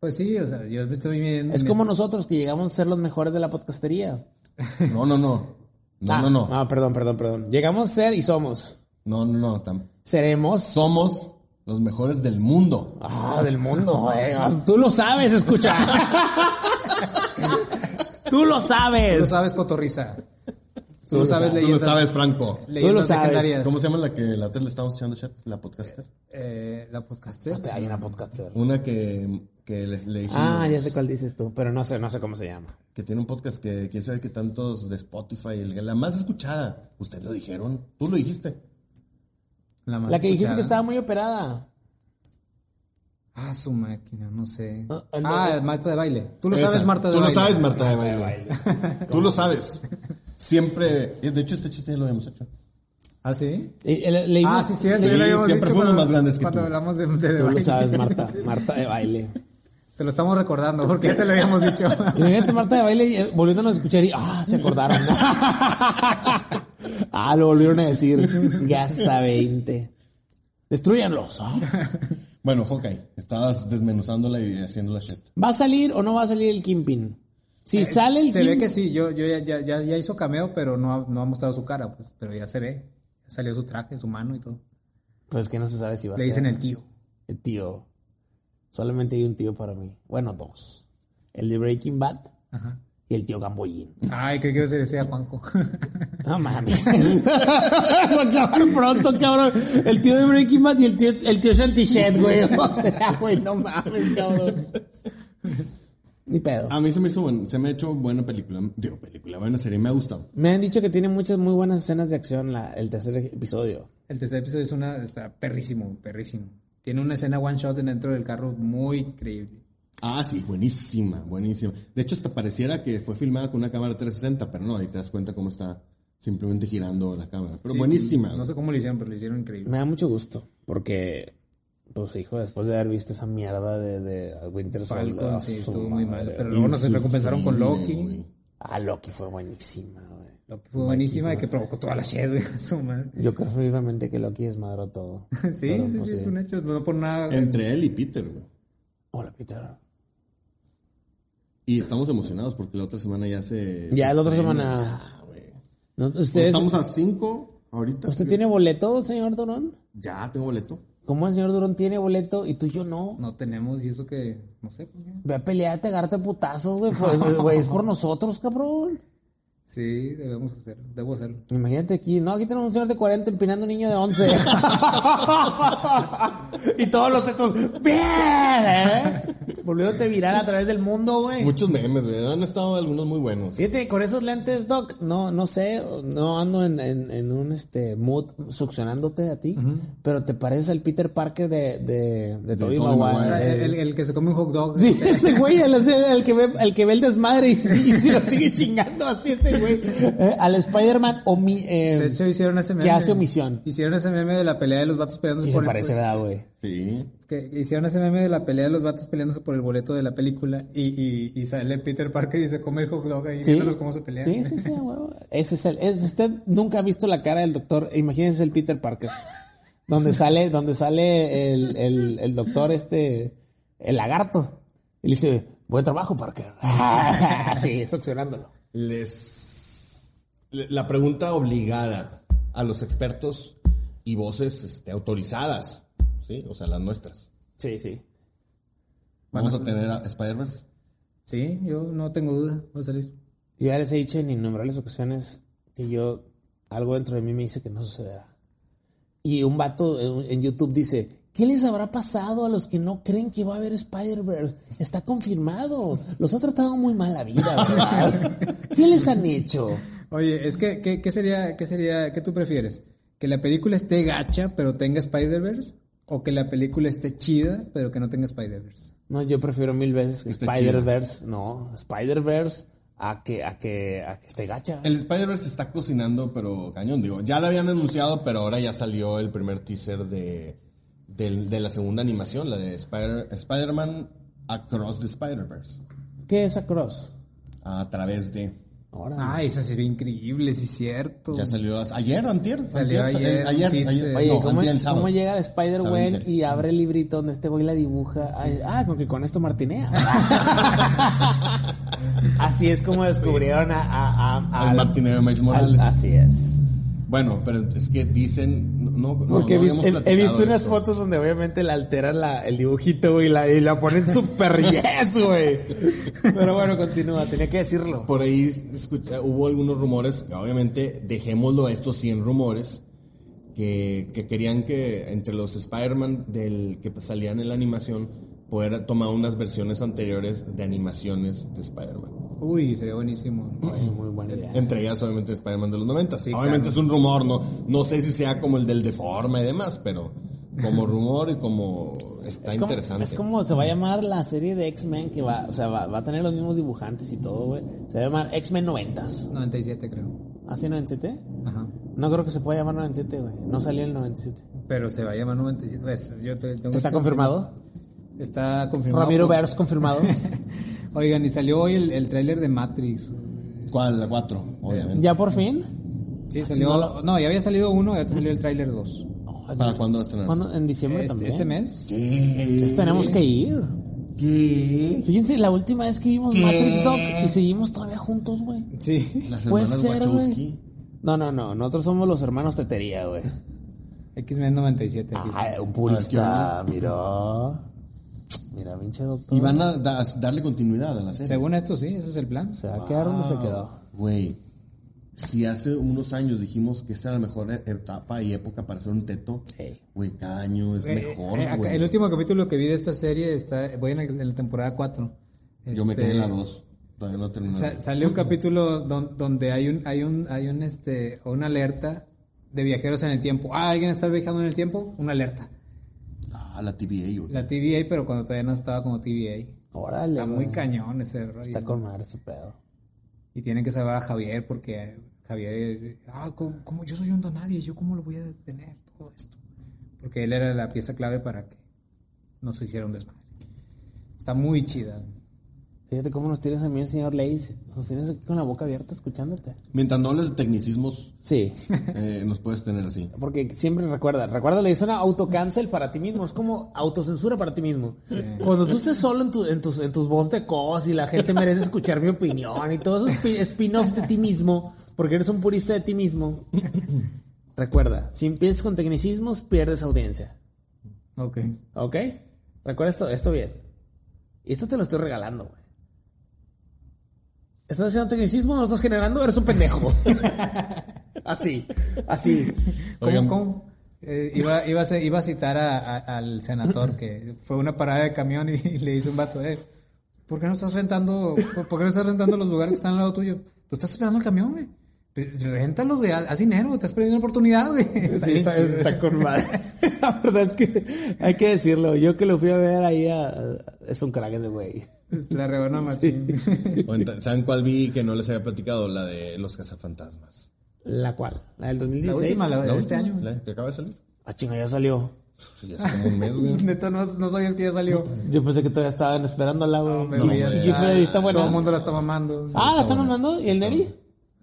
[SPEAKER 3] Pues sí, o sea, yo estoy bien.
[SPEAKER 4] Es como nosotros que llegamos a ser los mejores de la podcastería.
[SPEAKER 2] No, no, no. No,
[SPEAKER 4] Ah,
[SPEAKER 2] no, no.
[SPEAKER 4] Ah, perdón, perdón, perdón. Llegamos a ser y somos.
[SPEAKER 2] No, no, no. tam-
[SPEAKER 4] Seremos.
[SPEAKER 2] Somos los mejores del mundo.
[SPEAKER 4] Ah, del mundo, güey. Ah, Tú lo sabes, escucha. Tú lo
[SPEAKER 3] Tú lo
[SPEAKER 4] sabes.
[SPEAKER 3] sabes, Cotorriza. Tú lo sabes,
[SPEAKER 2] Tú lo
[SPEAKER 3] leyendas,
[SPEAKER 2] sabes, Franco.
[SPEAKER 3] leyendas
[SPEAKER 4] Tú lo sabes.
[SPEAKER 3] legendarias.
[SPEAKER 2] ¿Cómo se llama la que la otra le estamos echando chat? La podcaster.
[SPEAKER 3] Eh, la podcaster.
[SPEAKER 4] Hay una podcaster.
[SPEAKER 2] Una que, que le, le dijimos
[SPEAKER 4] Ah, ya sé cuál dices tú, pero no sé, no sé cómo se llama.
[SPEAKER 2] que tiene un podcast que quién sabe qué tantos de Spotify, el- la más escuchada. Ustedes lo dijeron, tú lo dijiste.
[SPEAKER 3] más
[SPEAKER 4] La que dijiste
[SPEAKER 3] escuchada.
[SPEAKER 4] que estaba muy operada.
[SPEAKER 3] Ah, su máquina, no sé.
[SPEAKER 4] Ah,
[SPEAKER 3] Ah,
[SPEAKER 4] el-
[SPEAKER 3] Marta de baile. Tú lo
[SPEAKER 2] Esa.
[SPEAKER 3] sabes, Marta de
[SPEAKER 2] Tú
[SPEAKER 3] baile.
[SPEAKER 2] lo sabes, Marta
[SPEAKER 4] Ah,
[SPEAKER 2] de baile. Tú lo sabes. Siempre, de hecho este chiste ya lo habíamos hecho.
[SPEAKER 3] ¿Ah, sí?
[SPEAKER 4] Eh, eh, le- leímos-
[SPEAKER 3] Ah, sí, sí, sí,
[SPEAKER 4] le-
[SPEAKER 2] Sí,
[SPEAKER 3] lo habíamos
[SPEAKER 2] siempre
[SPEAKER 3] dicho
[SPEAKER 2] fuimos
[SPEAKER 3] cuando,
[SPEAKER 2] más grandes que
[SPEAKER 3] cuando
[SPEAKER 2] tú.
[SPEAKER 3] hablamos de, de- de
[SPEAKER 4] Tú lo
[SPEAKER 3] baile.
[SPEAKER 4] sabes, Marta. Marta de baile.
[SPEAKER 3] Te lo estamos recordando porque ya te lo habíamos dicho.
[SPEAKER 4] Imagínate Marta de baile y, eh, volviéndonos a escuchar y ah, se acordaron. ah, lo volvieron a decir. Gasa 20. Destruyanlos. ¿ah?
[SPEAKER 2] Bueno, Hawkeye, estabas desmenuzándola y haciendo la shit.
[SPEAKER 4] ¿Va a salir o no va a salir el Kimpin? Si sale el
[SPEAKER 3] Eh, Se ve
[SPEAKER 4] Kingpin-
[SPEAKER 3] que sí, yo, yo ya, ya, ya, ya hizo cameo, pero no ha, no ha mostrado su cara, pues, pero ya se ve. Ya salió su traje, su mano y todo.
[SPEAKER 4] Pues que no se sabe si va a
[SPEAKER 3] Le
[SPEAKER 4] ser.
[SPEAKER 3] dicen el tío.
[SPEAKER 4] el tío. Solamente hay un tío para mí. Bueno, dos. El de Breaking Bad
[SPEAKER 3] Ajá.
[SPEAKER 4] y el tío Gambollín.
[SPEAKER 3] Ay, creo que se decía Juanjo.
[SPEAKER 4] No mames. Va a acabar pronto, cabrón. El tío de Breaking Bad y el tío, el tío Shantishet, güey. O sea, güey, no mames, cabrón. Ni pedo.
[SPEAKER 2] A mí se me hizo buen- se me ha hecho buena película, digo película, buena serie, me ha gustado.
[SPEAKER 4] Me han dicho que tiene muchas muy buenas escenas de acción la- el tercer episodio.
[SPEAKER 3] El tercer episodio es una, está perrísimo, perrísimo. Tiene una escena one shot dentro del carro muy increíble.
[SPEAKER 2] Ah, sí, buenísima, buenísima. De hecho, hasta pareciera que fue filmada con una cámara 360, pero no, ahí te das cuenta cómo está simplemente girando la cámara. Pero
[SPEAKER 3] Sí,
[SPEAKER 2] buenísima.
[SPEAKER 3] No sé cómo lo hicieron, pero lo hicieron increíble.
[SPEAKER 4] Me da mucho gusto porque, pues hijo, después de haber visto esa mierda de, de Winter Soldier.
[SPEAKER 3] Falcon,
[SPEAKER 4] ah,
[SPEAKER 3] sí,
[SPEAKER 4] su
[SPEAKER 3] estuvo muy
[SPEAKER 4] madre,
[SPEAKER 3] mal. Pero
[SPEAKER 4] güey.
[SPEAKER 3] luego nos
[SPEAKER 2] Insufrible,
[SPEAKER 3] recompensaron con Loki.
[SPEAKER 2] güey.
[SPEAKER 4] Ah, Loki fue buenísima, güey.
[SPEAKER 3] Loki fue buenísima y que provocó toda la shed, güey. su madre.
[SPEAKER 4] Yo creo firmemente que Loki desmadró todo.
[SPEAKER 3] Sí,
[SPEAKER 4] Pero,
[SPEAKER 3] sí,
[SPEAKER 4] pues,
[SPEAKER 3] sí, es un hecho. No por nada. güey.
[SPEAKER 2] Entre él y Peter, güey.
[SPEAKER 4] Hola, Peter.
[SPEAKER 2] Y estamos emocionados porque la otra semana ya se...
[SPEAKER 4] Ya
[SPEAKER 2] se
[SPEAKER 4] la otra
[SPEAKER 2] estrena.
[SPEAKER 4] semana.
[SPEAKER 2] Ah, güey.
[SPEAKER 4] Este, ¿No? pues, ¿Ustedes,
[SPEAKER 2] Estamos a 5 ahorita.
[SPEAKER 4] ¿Usted tiene boleto, señor Durón?
[SPEAKER 2] Ya, tengo boleto.
[SPEAKER 4] ¿Cómo el señor Durón tiene boleto y tú y yo no?
[SPEAKER 3] No tenemos y eso que, no sé. güey.
[SPEAKER 4] pues, Ve a pelearte, agarte putazos, güey. pues, güey, es por nosotros, cabrón.
[SPEAKER 3] Sí, debemos hacerlo. Debo hacerlo.
[SPEAKER 4] Imagínate aquí, no, aquí tenemos un señor de 40 empinando a un niño de 11. y todos los textos, bien, ¿eh? Volviéndote viral a través del mundo, güey.
[SPEAKER 2] Muchos memes, güey. Han estado algunos muy buenos.
[SPEAKER 4] Fíjate, con esos lentes, Doc, no, no sé, no ando en, en, en un este mood succionándote a ti, pero te pareces al Peter Parker de, de, de Tobey
[SPEAKER 2] Tobey
[SPEAKER 4] Maguire.
[SPEAKER 2] Maguire.
[SPEAKER 4] Eh,
[SPEAKER 3] El, el que se come un hot dog.
[SPEAKER 4] Sí, ese güey, el, el que ve, el que ve el desmadre y, sí- y se lo sigue chingando así ese güey. Eh, al Spider-Man o mi, eh,
[SPEAKER 3] De hecho, hicieron ese meme.
[SPEAKER 4] que hace omisión.
[SPEAKER 3] Hicieron ese meme de la pelea de los vatos peleándose
[SPEAKER 4] Sí se
[SPEAKER 3] por el-
[SPEAKER 4] parece, ¿verdad, güey?
[SPEAKER 2] Sí.
[SPEAKER 3] que que hicieron ese meme de la pelea de los vatos peleándose por el boleto de la película y, y, y sale Peter Parker y se come el hot dog ahí viéndolos cómo se pelean.
[SPEAKER 4] Sí, sí, sí, a huevo. Ese es el, es- usted nunca ha visto la cara del doctor, imagínense el Peter Parker. Donde sale, donde sale el, el, el doctor este, el lagarto. Y le dice, buen trabajo, Parker. sí, succionándolo.
[SPEAKER 2] Les. le- La pregunta obligada a los expertos y voces este, autorizadas, ¿sí? O sea, las nuestras.
[SPEAKER 4] Sí, sí.
[SPEAKER 2] ¿Vamos a tener a Spider-Man?
[SPEAKER 3] Sí, yo no tengo duda, va a salir.
[SPEAKER 4] Yo ya les he dicho en innumerables ocasiones que yo, algo dentro de mí me dice que no sucederá. Y un vato en, en YouTube dice, ¿qué les habrá pasado a los que no creen que va a haber Spider-Verse? Está confirmado. Los ha tratado muy mal la vida, ¿verdad? ¿Qué les han hecho?
[SPEAKER 3] Oye, es que, ¿qué, qué sería, qué sería, qué tú prefieres? ¿Que la película esté gacha pero tenga Spider-Verse? ¿O que la película esté chida pero que no tenga Spider-Verse?
[SPEAKER 4] No, yo prefiero mil veces que
[SPEAKER 2] Está
[SPEAKER 4] Spider-Verse, no, Spider-Verse a que, a que, a que esté gacha.
[SPEAKER 2] El Spider-Verse está cocinando, pero cañón, digo. Ya lo habían anunciado, pero ahora ya salió el primer teaser de, del- de la segunda animación, la de Spider- Spider-Man Across the Spider-Verse.
[SPEAKER 4] ¿Qué es Across?
[SPEAKER 2] A través de.
[SPEAKER 4] Ahora.
[SPEAKER 3] Ah, eso sería increíble, sí, cierto.
[SPEAKER 2] Ya salió hace- ayer, antier.
[SPEAKER 3] Salió
[SPEAKER 2] antier,
[SPEAKER 3] ayer,
[SPEAKER 2] eh, ayer,
[SPEAKER 3] un teaser.
[SPEAKER 2] ayer,
[SPEAKER 4] Oye,
[SPEAKER 2] no,
[SPEAKER 4] ¿cómo,
[SPEAKER 2] antier, el sábado.
[SPEAKER 4] cómo llega el Spider-Man
[SPEAKER 2] Sábado.
[SPEAKER 4] y abre el librito donde este güey la dibuja? Ay, ah, con que con esto martinea. así es como descubrieron a... a, a- a-
[SPEAKER 2] Al Martineo de Miles Morales.
[SPEAKER 4] así es.
[SPEAKER 2] Bueno, pero es que dicen. No, no,
[SPEAKER 4] Porque he
[SPEAKER 2] no
[SPEAKER 4] vis-
[SPEAKER 2] habíamos
[SPEAKER 4] he, he
[SPEAKER 2] platicado
[SPEAKER 4] visto
[SPEAKER 2] de
[SPEAKER 4] unas
[SPEAKER 2] esto.
[SPEAKER 4] fotos donde obviamente le alteran la- el dibujito güey, y la, y la ponen super yes, güey. Pero bueno, continúa, tenía que decirlo.
[SPEAKER 2] Por ahí escucha- hubo algunos rumores, obviamente dejémoslo a estos 100 rumores, que, que querían que entre los Spider-Man del, que salían en la animación, poder tomar unas versiones anteriores de animaciones de Spider-Man.
[SPEAKER 3] Uy, sería buenísimo.
[SPEAKER 4] Muy buena idea.
[SPEAKER 2] Entre ellas, obviamente, Spider-Man de los 90. obviamente es un rumor, no, no sé si sea como el del deforme y demás, pero como rumor y como está
[SPEAKER 4] Es como-
[SPEAKER 2] interesante.
[SPEAKER 4] Es como se va a llamar la serie de X-Men que va, o sea, va, va a tener los mismos dibujantes y todo, güey. Se va a llamar X-Men 90s.
[SPEAKER 3] 97 creo.
[SPEAKER 4] ¿Así 97?
[SPEAKER 3] Ajá.
[SPEAKER 4] No creo que se pueda llamar 97, güey. No salió el 97.
[SPEAKER 3] Pero se va a llamar 97. Pues, yo te- tengo
[SPEAKER 4] ¿Está
[SPEAKER 3] este-
[SPEAKER 4] confirmado?
[SPEAKER 3] Está confirmado.
[SPEAKER 4] Ramiro
[SPEAKER 3] por-
[SPEAKER 4] Vers confirmado.
[SPEAKER 3] Oigan, y salió hoy el, el tráiler de Matrix.
[SPEAKER 2] ¿Cuál? La 4, obviamente.
[SPEAKER 4] ¿Ya por fin?
[SPEAKER 3] Sí, salió. no, ya había salido uno, ya salió el tráiler 2.
[SPEAKER 2] ¿Para cuándo va a estrenar?
[SPEAKER 4] ¿Cuándo? ¿En diciembre
[SPEAKER 3] Este,
[SPEAKER 4] también?
[SPEAKER 3] este mes.
[SPEAKER 4] Entonces tenemos que ir.
[SPEAKER 2] ¿Qué?
[SPEAKER 4] Fíjense, la última vez que vimos Matrix Doc y seguimos todavía juntos, güey.
[SPEAKER 3] Sí.
[SPEAKER 2] Las
[SPEAKER 4] Puede
[SPEAKER 2] hermanas
[SPEAKER 4] ser, güey.
[SPEAKER 2] Wachowski.
[SPEAKER 4] No, no, no. Nosotros somos los hermanos Tetería, güey.
[SPEAKER 3] X-Men 97. aquí.
[SPEAKER 4] Ay, un purista, mira. Mira, pinche doctor.
[SPEAKER 2] Y van a da- darle continuidad a la serie.
[SPEAKER 3] Según esto, sí, ese es el plan.
[SPEAKER 4] Se va a quedar donde se quedó.
[SPEAKER 2] Güey, si hace unos años dijimos que esta era la mejor e- etapa y época para hacer un teto,
[SPEAKER 4] Sí.
[SPEAKER 2] güey, cada año es
[SPEAKER 3] Eh,
[SPEAKER 2] mejor,
[SPEAKER 3] eh, acá-
[SPEAKER 2] güey.
[SPEAKER 3] el último capítulo que vi de esta serie está. Voy en, el- en la temporada 4.
[SPEAKER 2] Yo me quedé en la 2, todavía no terminé.
[SPEAKER 3] Sa- salió un capítulo don- donde hay un hay un hay un este una alerta de viajeros en el tiempo. Ah, alguien está viajando en el tiempo, una alerta.
[SPEAKER 2] ah, la TVA, güey.
[SPEAKER 3] La TVA, pero cuando todavía no estaba como TVA.
[SPEAKER 4] Órale.
[SPEAKER 3] Está muy
[SPEAKER 4] güey.
[SPEAKER 3] cañón ese rollo.
[SPEAKER 4] Está con madre su pedo.
[SPEAKER 3] Y tienen que salvar a Javier porque Javier, ah, como, yo soy un don nadie, yo cómo lo voy a detener todo esto. Porque él era la pieza clave para que no se hiciera un desmadre. Está muy chida.
[SPEAKER 4] Fíjate cómo nos tienes a mí el señor Leis. Nos tienes aquí con la boca abierta escuchándote.
[SPEAKER 2] Mientras no hables de tecnicismos,
[SPEAKER 4] Sí.
[SPEAKER 2] eh, nos puedes tener así.
[SPEAKER 4] Porque siempre recuerda, recuerda, le dicen autocancel para ti mismo, es como autocensura para ti mismo. Cuando tú estés solo en, tu- en tus, en tus voz de cos y la gente merece escuchar mi opinión y todos esos pi- spin-offs de ti mismo, porque eres un purista de ti mismo, recuerda, si empiezas con tecnicismos, pierdes audiencia.
[SPEAKER 3] Ok.
[SPEAKER 4] ¿Ok? Recuerda esto, esto bien. Y esto te lo estoy regalando, güey. Estás haciendo tecnicismo, no estás generando, eres un pendejo. así, así.
[SPEAKER 3] ¿Cómo,
[SPEAKER 2] Oigan.
[SPEAKER 3] cómo? Eh, iba, iba, a, ser- iba a citar a- a- al senador que fue una parada de camión y, y le dice un vato, eh, ¿por qué no estás rentando, por, por qué no estás rentando los lugares que están al lado tuyo? Tú estás esperando el camión, güey. Pues, Réntalos, güey, haz haz dinero, güey, estás perdiendo una oportunidad, güey. Está
[SPEAKER 4] Sí,
[SPEAKER 3] bien
[SPEAKER 4] está,
[SPEAKER 3] chido.
[SPEAKER 4] está con madre. La verdad es que hay que decirlo. Yo que lo fui a ver ahí a- a- es un crack ese güey.
[SPEAKER 3] La rebanó machín.
[SPEAKER 2] O ent- ¿Saben cuál vi que no les había platicado? La de los cazafantasmas.
[SPEAKER 4] ¿La cual? ¿La del
[SPEAKER 3] La
[SPEAKER 4] 2016?
[SPEAKER 3] última, la, de
[SPEAKER 2] ¿La
[SPEAKER 3] este año.
[SPEAKER 2] última?
[SPEAKER 3] güey.
[SPEAKER 2] ¿La que acaba de salir?
[SPEAKER 4] Ah, chinga, ya salió.
[SPEAKER 2] Pues ya hace como un mes, güey.
[SPEAKER 3] Neta, no, no sabías que ya salió.
[SPEAKER 4] Yo pensé que todavía estaban esperándola, güey.
[SPEAKER 3] Hombre,
[SPEAKER 4] No,
[SPEAKER 3] güey, ya
[SPEAKER 4] güey.
[SPEAKER 3] está.
[SPEAKER 4] Yo creo que está buena.
[SPEAKER 3] Todo el mundo la está mamando.
[SPEAKER 4] Ah, ¿la están mandando? ¿Y el Neri?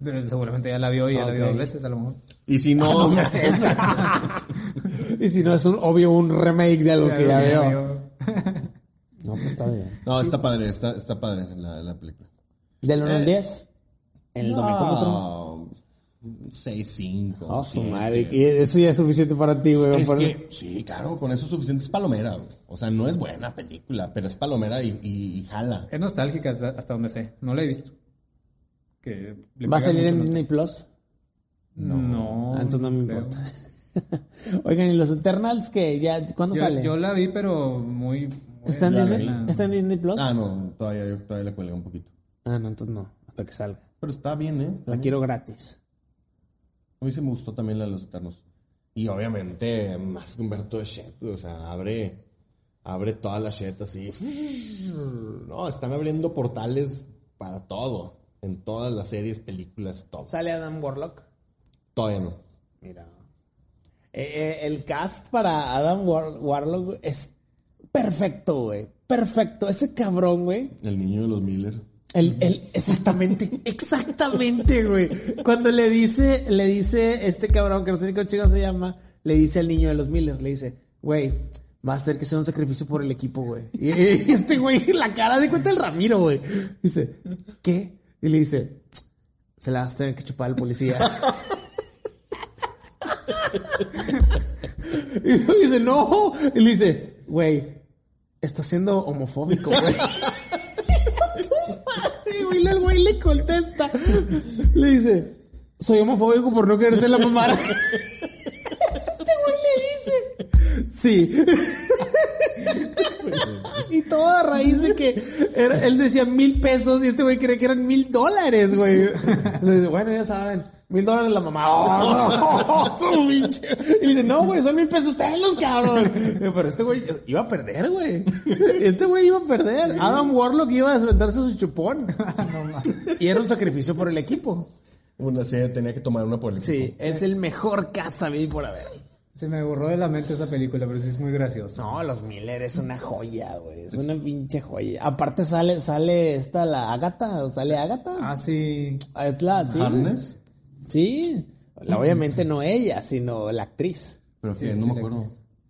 [SPEAKER 3] Eh, Seguramente ya la vio y ya la vio
[SPEAKER 4] Ok.
[SPEAKER 3] dos veces, a lo mejor.
[SPEAKER 2] Y si Ah, no,
[SPEAKER 4] y si no, es un obvio un remake de algo que
[SPEAKER 3] la
[SPEAKER 4] ya veo.
[SPEAKER 3] vio.
[SPEAKER 4] No, pues está bien.
[SPEAKER 2] no, está padre, está, está padre la, la película.
[SPEAKER 4] ¿Del 1 al 10? En el dominómetro.
[SPEAKER 2] No, 6, 5.
[SPEAKER 4] Oh, su madre. Y eso ya es suficiente para ti, güey.
[SPEAKER 2] Es
[SPEAKER 4] Por-
[SPEAKER 2] que, sí, claro, con eso es suficiente. Es palomera, güey. O sea, no es buena película, pero es palomera y, y- y jala.
[SPEAKER 3] Es nostálgica hasta hasta donde sé. No la he visto. Que le
[SPEAKER 4] ¿Va a
[SPEAKER 3] pegan mucho
[SPEAKER 4] salir en
[SPEAKER 3] nostalgia.
[SPEAKER 4] Disney Plus?
[SPEAKER 3] No.
[SPEAKER 4] Ah, entonces no me
[SPEAKER 3] creo.
[SPEAKER 4] importa. Oigan, ¿y los Eternals que ya, cuándo
[SPEAKER 3] Yo,
[SPEAKER 4] sale?
[SPEAKER 3] yo la vi, pero muy. muy
[SPEAKER 4] ¿Está, en
[SPEAKER 3] rara.
[SPEAKER 4] Disney? ¿Está en Disney Plus?
[SPEAKER 2] Ah, no, todavía, yo todavía le cuelga un poquito.
[SPEAKER 4] Ah, no, entonces no, hasta que salga.
[SPEAKER 2] Pero está bien, ¿eh?
[SPEAKER 4] La quiero gratis.
[SPEAKER 2] A mí se me gustó también la de los Eternos. Y obviamente, más que Humberto de Shet, o sea, abre, abre toda la Shet así. No, están abriendo portales para todo. En todas las series, películas, todo.
[SPEAKER 4] ¿Sale Adam Warlock?
[SPEAKER 2] Todavía no.
[SPEAKER 4] Mira. Eh, eh, el cast para Adam War- Warlock güey, es perfecto, güey. Perfecto. Ese cabrón, güey.
[SPEAKER 2] El niño de los Miller.
[SPEAKER 4] El, el- exactamente, exactamente, güey. Cuando le dice, le dice este cabrón, que no sé ni qué chico se llama, le dice al niño de los Miller, le dice, güey, vas a tener que hacer un sacrificio por el equipo, güey. Y, y este güey, la cara de cuenta el Ramiro, güey. Dice, ¿qué? Y le dice, se la vas a tener que chupar al policía. y luego dice, no. Y le dice, güey, está siendo homofóbico, güey. Sí, güey, el güey le contesta. Le dice, soy homofóbico por no querer ser la mamá. Este güey Este le dice, sí. Y todo a raíz de que era- él decía mil pesos y este güey creía que eran mil dólares, güey. Le dice, bueno, ya saben, mil dólares la mamá. Oh, no, su pinche. Y le dice, no, güey, son mil pesos telos, cabrón. Pero este güey iba a perder, güey. Este güey iba a perder. Adam Warlock iba a desventarse su chupón. Y era un sacrificio por el equipo.
[SPEAKER 2] Una serie tenía que tomar una por el
[SPEAKER 4] Sí,
[SPEAKER 2] equipo.
[SPEAKER 4] es el mejor cast a mí por haber.
[SPEAKER 3] Se me borró de la mente esa película, pero sí es muy gracioso.
[SPEAKER 4] No, los Miller es una joya, güey. Es una pinche joya. Aparte sale, sale esta la Agatha, o sale Agatha.
[SPEAKER 3] Ah, sí.
[SPEAKER 4] Es la, sí.
[SPEAKER 2] ¿Harness?
[SPEAKER 4] Sí. La- obviamente no ella, sino la actriz.
[SPEAKER 2] Pero que no me acuerdo.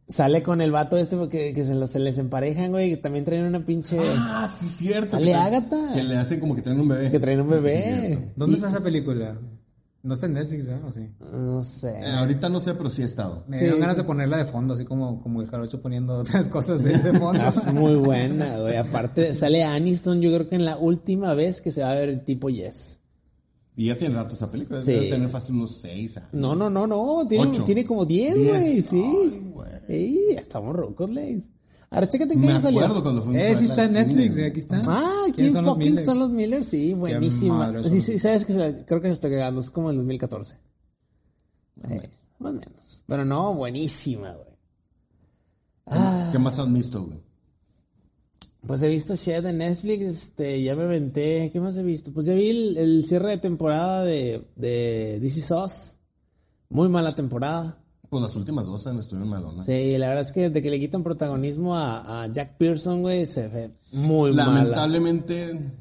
[SPEAKER 4] Sale con el vato este que, que se, los, se les emparejan, güey, que también traen una pinche...
[SPEAKER 2] Ah, sí, cierto.
[SPEAKER 4] Sale
[SPEAKER 2] Que-
[SPEAKER 4] Ágata.
[SPEAKER 2] Que le hacen como que traen un bebé.
[SPEAKER 4] Que traen un bebé.
[SPEAKER 3] ¿Dónde está esa película? No está en Netflix, ¿verdad? ¿O sí?
[SPEAKER 4] No sé.
[SPEAKER 3] Ah.
[SPEAKER 2] Eh, ahorita no sé, pero sí he estado.
[SPEAKER 3] Me
[SPEAKER 4] Sí,
[SPEAKER 3] dieron
[SPEAKER 4] sí.
[SPEAKER 3] ganas de ponerla de fondo, así como, como el jarocho poniendo otras cosas de, de fondo.
[SPEAKER 4] Es muy buena, güey. Aparte, sale Aniston, yo creo que en la última vez que se va a ver el tipo Yes.
[SPEAKER 2] Y ya tiene rato esa película.
[SPEAKER 4] Sí.
[SPEAKER 2] Debe tener fácil unos seis años.
[SPEAKER 4] No, no, no, no. Tiene,
[SPEAKER 2] Ocho.
[SPEAKER 4] tiene como 10,
[SPEAKER 2] Diez.
[SPEAKER 4] güey.
[SPEAKER 2] Ay,
[SPEAKER 4] Sí.
[SPEAKER 2] güey.
[SPEAKER 4] Sí, estamos rocos, Leis. Ahora, chécate en qué
[SPEAKER 2] Me
[SPEAKER 4] año salió.
[SPEAKER 2] acuerdo cuando fuimos a
[SPEAKER 3] eh, sí
[SPEAKER 2] verla
[SPEAKER 3] está
[SPEAKER 2] al
[SPEAKER 3] en
[SPEAKER 2] cine,
[SPEAKER 3] Netflix,
[SPEAKER 2] güey.
[SPEAKER 3] eh, aquí está.
[SPEAKER 4] Ah, ¿quién
[SPEAKER 3] ¿Quiénes son los
[SPEAKER 4] fucking
[SPEAKER 3] Miller?
[SPEAKER 4] son los Miller? Sí, buenísima.
[SPEAKER 3] madre, son
[SPEAKER 4] Sí,
[SPEAKER 3] los
[SPEAKER 4] sí, sabes que se la- creo que se está cagando. Es como el 2014. Eh, más o menos. Pero no, buenísima, güey.
[SPEAKER 2] ¿Qué más has visto, güey?
[SPEAKER 4] Pues he visto Shed en Netflix, este, ya me venté. ¿Qué más he visto? Pues ya vi el, el cierre de temporada de, de This Is Us. Muy mala temporada.
[SPEAKER 2] Pues las últimas dos han estuvieron malonas.
[SPEAKER 4] Sí, la verdad es que desde que le quitan protagonismo a, a Jack Pearson, güey, se ve muy mala.
[SPEAKER 2] Lamentablemente,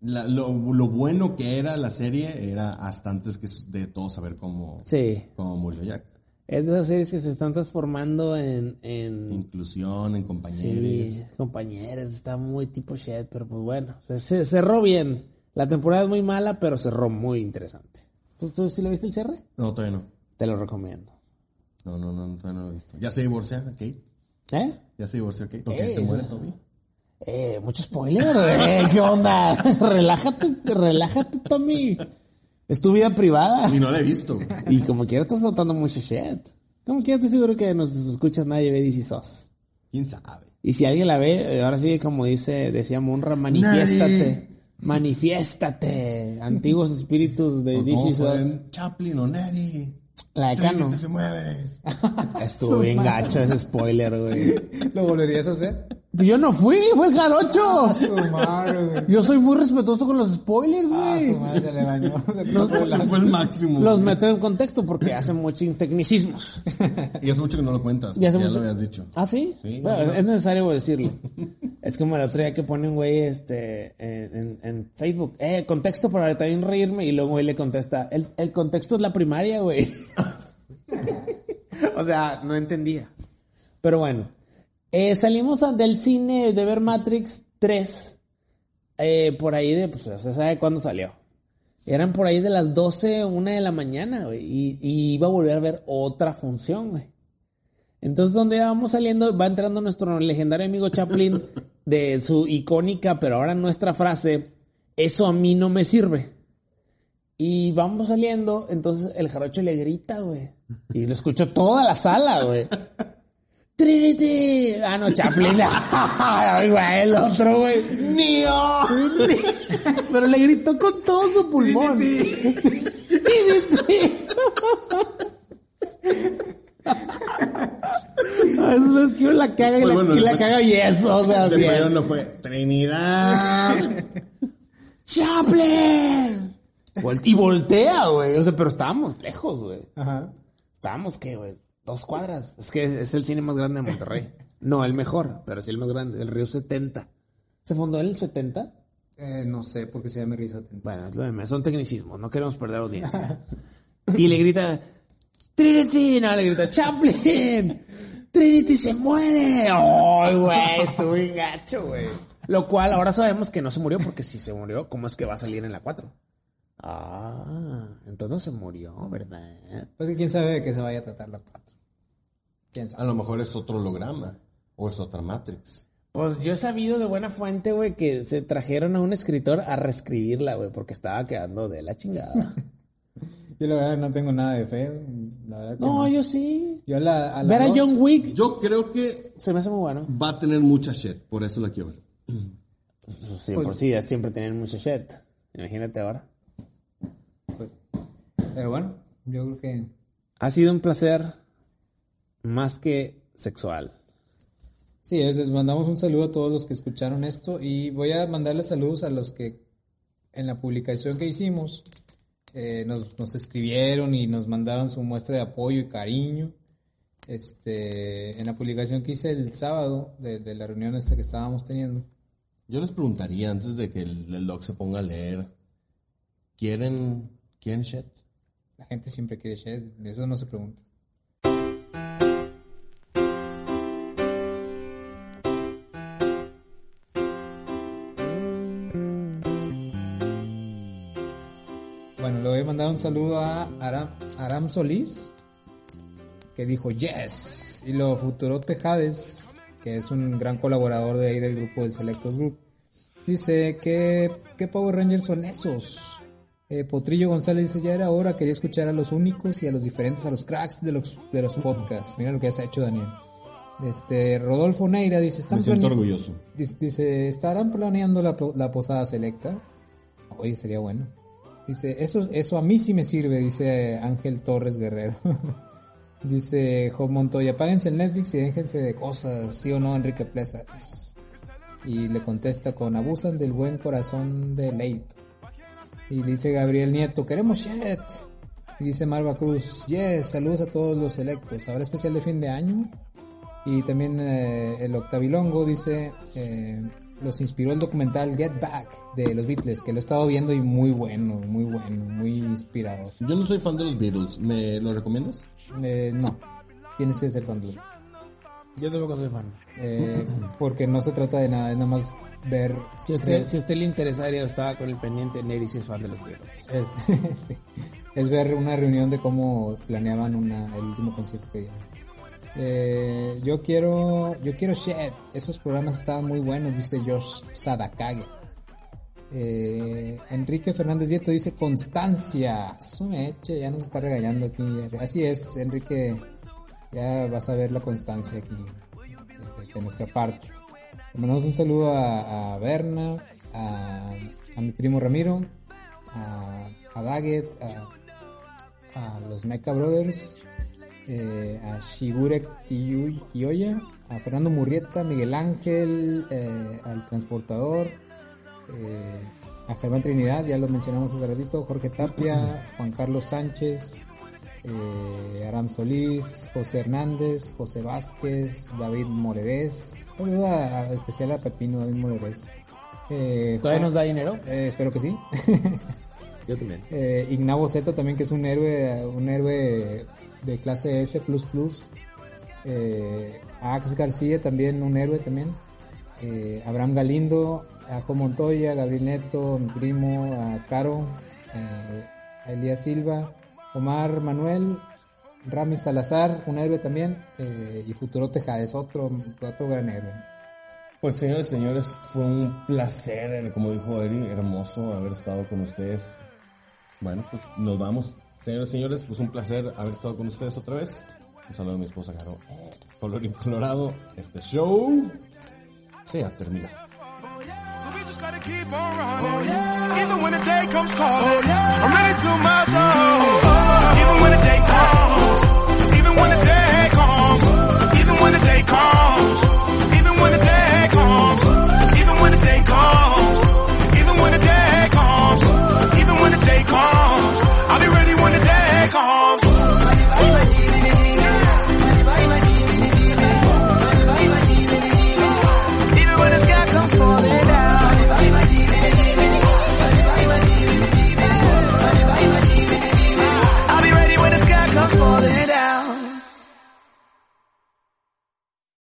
[SPEAKER 2] la- lo, lo bueno que era la serie era hasta antes que s- de todos saber cómo,
[SPEAKER 4] Sí,
[SPEAKER 2] cómo murió Jack.
[SPEAKER 4] es de esas series que se están transformando en... en
[SPEAKER 2] Inclusión en compañeros.
[SPEAKER 4] sí, compañeras, está muy tipo Shed, pero pues bueno, se, se cerró bien. La temporada es muy mala, pero cerró muy interesante. ¿Tú, tú sí le viste el cierre?
[SPEAKER 2] No, todavía no.
[SPEAKER 4] Te lo recomiendo.
[SPEAKER 2] No, no, no, todavía no lo he visto. Ya se divorció Kate.
[SPEAKER 4] ¿Eh?
[SPEAKER 2] Ya se divorció Kate. Ok,
[SPEAKER 4] Eh,
[SPEAKER 2] se muere
[SPEAKER 4] eso-
[SPEAKER 2] Toby.
[SPEAKER 4] Eh, mucho spoiler. eh, ¿Qué onda? relájate, relájate, Tommy. Es tu vida privada.
[SPEAKER 2] Y no la he visto.
[SPEAKER 4] Y como quiera estás soltando mucho shit. Como quiera estoy seguro que nos escuchas nadie ve DC SOS.
[SPEAKER 2] ¿Quién sabe?
[SPEAKER 4] Y si alguien la ve, eh, ahora sí, como dice, decía Monra, manifiéstate. Manifiéstate. Antiguos espíritus de
[SPEAKER 2] ¿Cómo
[SPEAKER 4] DC
[SPEAKER 2] fue
[SPEAKER 4] SOS.
[SPEAKER 2] en Chaplin o Neri.
[SPEAKER 4] La de Cano.
[SPEAKER 2] Trinity se mueve.
[SPEAKER 4] Estuvo bien gacho ese spoiler, güey. Pues
[SPEAKER 3] ¿Lo volverías a hacer?
[SPEAKER 4] Yo no fui, fue el jarocho.
[SPEAKER 3] Ah, Su madre, güey.
[SPEAKER 4] Yo soy muy respetuoso con los spoilers,
[SPEAKER 3] Ah, su
[SPEAKER 4] güey.
[SPEAKER 3] madre se le bañó. Se puso
[SPEAKER 2] Ese
[SPEAKER 3] volando.
[SPEAKER 2] fue el máximo.
[SPEAKER 4] Los meto en contexto porque hacen muchos tecnicismos.
[SPEAKER 2] Y hace mucho que no lo cuentas.
[SPEAKER 4] Y hace
[SPEAKER 2] ya
[SPEAKER 4] mucho-
[SPEAKER 2] lo habías dicho.
[SPEAKER 4] ¿Ah, sí?
[SPEAKER 2] Sí,
[SPEAKER 4] Bueno, Es necesario decirlo. es como el otro día que pone un güey este, en, en- en Facebook, eh, contexto para también reírme, y luego un güey le contesta, el, el contexto es la primaria, güey. o sea, no entendía. Pero bueno, eh, salimos a- del cine de ver Matrix 3, eh, por ahí de, pues, se sabe cuándo salió. Eran por ahí de las 12, una de la mañana, güey, y, y iba a volver a ver otra función, güey. Entonces, donde vamos saliendo, va entrando nuestro legendario amigo Chaplin de su icónica, pero ahora nuestra frase, eso a mí no me sirve. Y vamos saliendo, entonces el jarocho le grita, güey. Y lo escuchó toda la sala, güey. Trinity. Ah, no, Chaplin. Ay, güey, el otro, güey. ¡Mío! Pero le gritó con todo su pulmón. Trinity. A veces ves que uno la caga y
[SPEAKER 2] Pues
[SPEAKER 4] la,
[SPEAKER 2] bueno,
[SPEAKER 4] y la
[SPEAKER 2] después-
[SPEAKER 4] caga y eso, o sea,
[SPEAKER 2] Ese
[SPEAKER 4] así es.
[SPEAKER 2] primero no fue Trinidad.
[SPEAKER 4] ¡Chaplin! Vol- y voltea, güey. O sea, pero estábamos lejos, güey.
[SPEAKER 3] Ajá.
[SPEAKER 4] Estábamos, ¿qué, güey? Dos cuadras. Es que es, es el cine más grande de Monterrey. No, el mejor, pero sí el más grande. El Río 70. ¿Se fundó en el 70?
[SPEAKER 3] Eh, no sé, porque se llama risa atenta.
[SPEAKER 4] Bueno, es lo de menos. Son tecnicismos. No queremos perder audiencia. y le grita... ¡Trinity! No, le grita... ¡Chaplin! ¡Trinity se muere! ¡Ay, güey! Estuvo bien gacho, güey. Lo cual ahora sabemos que no se murió porque si se murió, ¿cómo es que va a salir en la 4? Ah, entonces no se murió, ¿verdad?
[SPEAKER 3] Pues que quién sabe de qué se vaya a tratar la 4. Quién sabe.
[SPEAKER 2] A lo mejor es otro holograma. O es otra Matrix.
[SPEAKER 4] Pues yo he sabido de buena fuente, güey, que se trajeron a un escritor a reescribirla, güey, porque estaba quedando de la chingada.
[SPEAKER 3] Yo la verdad no tengo nada de fe. La verdad que
[SPEAKER 4] no,
[SPEAKER 3] no.
[SPEAKER 4] yo sí.
[SPEAKER 3] Yo a la, a la
[SPEAKER 4] Ver a
[SPEAKER 3] dos-
[SPEAKER 4] John Wick
[SPEAKER 2] Yo creo que
[SPEAKER 4] se me hace muy bueno.
[SPEAKER 2] va a tener mucha shit. Por eso la quiero ver.
[SPEAKER 4] Sí, por sí, ya siempre tienen mucho shit. Imagínate ahora.
[SPEAKER 3] pues. Pero bueno, yo creo que
[SPEAKER 4] Ha sido un placer más que sexual.
[SPEAKER 3] sí, es- les mandamos un saludo a todos los que escucharon esto y voy a mandarles saludos a los que en la publicación que hicimos eh, nos, nos escribieron y nos mandaron su muestra de apoyo y cariño. Este, en la publicación que hice el sábado de, de la reunión esta que estábamos teniendo.
[SPEAKER 2] Yo les preguntaría antes de que el, el doc se ponga a leer. ¿Quieren, ¿quieren shit?
[SPEAKER 3] La gente siempre quiere share, de eso no se pregunta. Bueno, le voy a mandar un saludo a Aram, Aram Solís, que dijo yes, y lo Futuro Tejades, que es un gran colaborador de ahí del grupo del Selectos Group. Dice que qué Power Rangers son esos. Eh, Potrillo González dice ya era hora, quería escuchar a los únicos y a los diferentes, a los cracks de los de los podcasts. Mira lo que has hecho Daniel. Este Rodolfo Neira dice están
[SPEAKER 2] Me siento
[SPEAKER 3] plane-
[SPEAKER 2] orgulloso.
[SPEAKER 3] dis- dice estarán planeando la, po- la posada selecta. Oye sería bueno. Dice eso eso a mí sí me sirve, dice Ángel Torres Guerrero. dice Jo Montoya, apáguense el Netflix y déjense de cosas, sí o no Enrique Plazas y le contesta con abusan del buen corazón de Leito. Y dice Gabriel Nieto, queremos shit. Y dice Marva Cruz, yes, saludos a todos los electos. Ahora especial de fin de año. Y también eh, el Octavilongo dice, eh, los inspiró el documental Get Back de los Beatles, que lo he estado viendo y muy bueno, muy bueno, muy inspirador.
[SPEAKER 2] Yo no soy fan de los Beatles. ¿Me lo recomiendas?
[SPEAKER 3] Eh, no, tienes que ser fan club.
[SPEAKER 4] Yo tampoco soy fan.
[SPEAKER 3] Eh, porque no se trata de nada, es nada más ver... eh,
[SPEAKER 4] Si a usted, si a usted le interesaría, estaba con el pendiente, Neri sí es fan de los Beatles.
[SPEAKER 3] Es, sí. Es ver una reunión de cómo planeaban una, el último concierto que dieron. Eh, yo quiero, yo quiero Shed. Esos programas estaban muy buenos, dice Josh Sadakage. Eh, Enrique Fernández Dieto dice Constancia. Su meche, ya nos está regañando aquí. Así es, Enrique. Ya vas a ver la constancia aquí este, de, de nuestra parte. Le mandamos un saludo a, a Berna, a, a mi primo Ramiro, a, a Daggett, a, a los Mecha Brothers, eh, a Shigure Kiyu- Kiyoya, a Fernando Murrieta, Miguel Ángel, eh, al Transportador, eh, a Germán Trinidad, ya lo mencionamos hace ratito, Jorge Tapia, Juan Carlos Sánchez, eh, Aram Solís, José Hernández, José Vázquez, David Morevés, saludo a- a- especial a Pepino David Morevés. Eh,
[SPEAKER 5] ¿Todavía nos
[SPEAKER 3] Juan-
[SPEAKER 5] da dinero?
[SPEAKER 3] eh, espero que sí.
[SPEAKER 4] Yo también.
[SPEAKER 3] Eh, Ignavo Z también, que es un héroe, un héroe de clase S. Eh, Ax García también, un héroe también. Eh, Abraham Galindo, Ajo Montoya, Gabriel Neto, mi primo, a Caro, eh, a Elías Silva, Omar Manuel, Rami Salazar, un héroe también, eh, y Futuro Tejades, otro, otro gran héroe.
[SPEAKER 6] Pues señores, señores, fue un placer, eh, como dijo Eri, hermoso haber estado con ustedes. Bueno, pues nos vamos. Señores, señores, pues un placer haber estado con ustedes otra vez. Un saludo a mi esposa Caro. Color y colorado, este show se ha terminado.
[SPEAKER 7] So we just gotta keep on running. Even when the day comes calling, I'm really too much. Oh, oh, oh.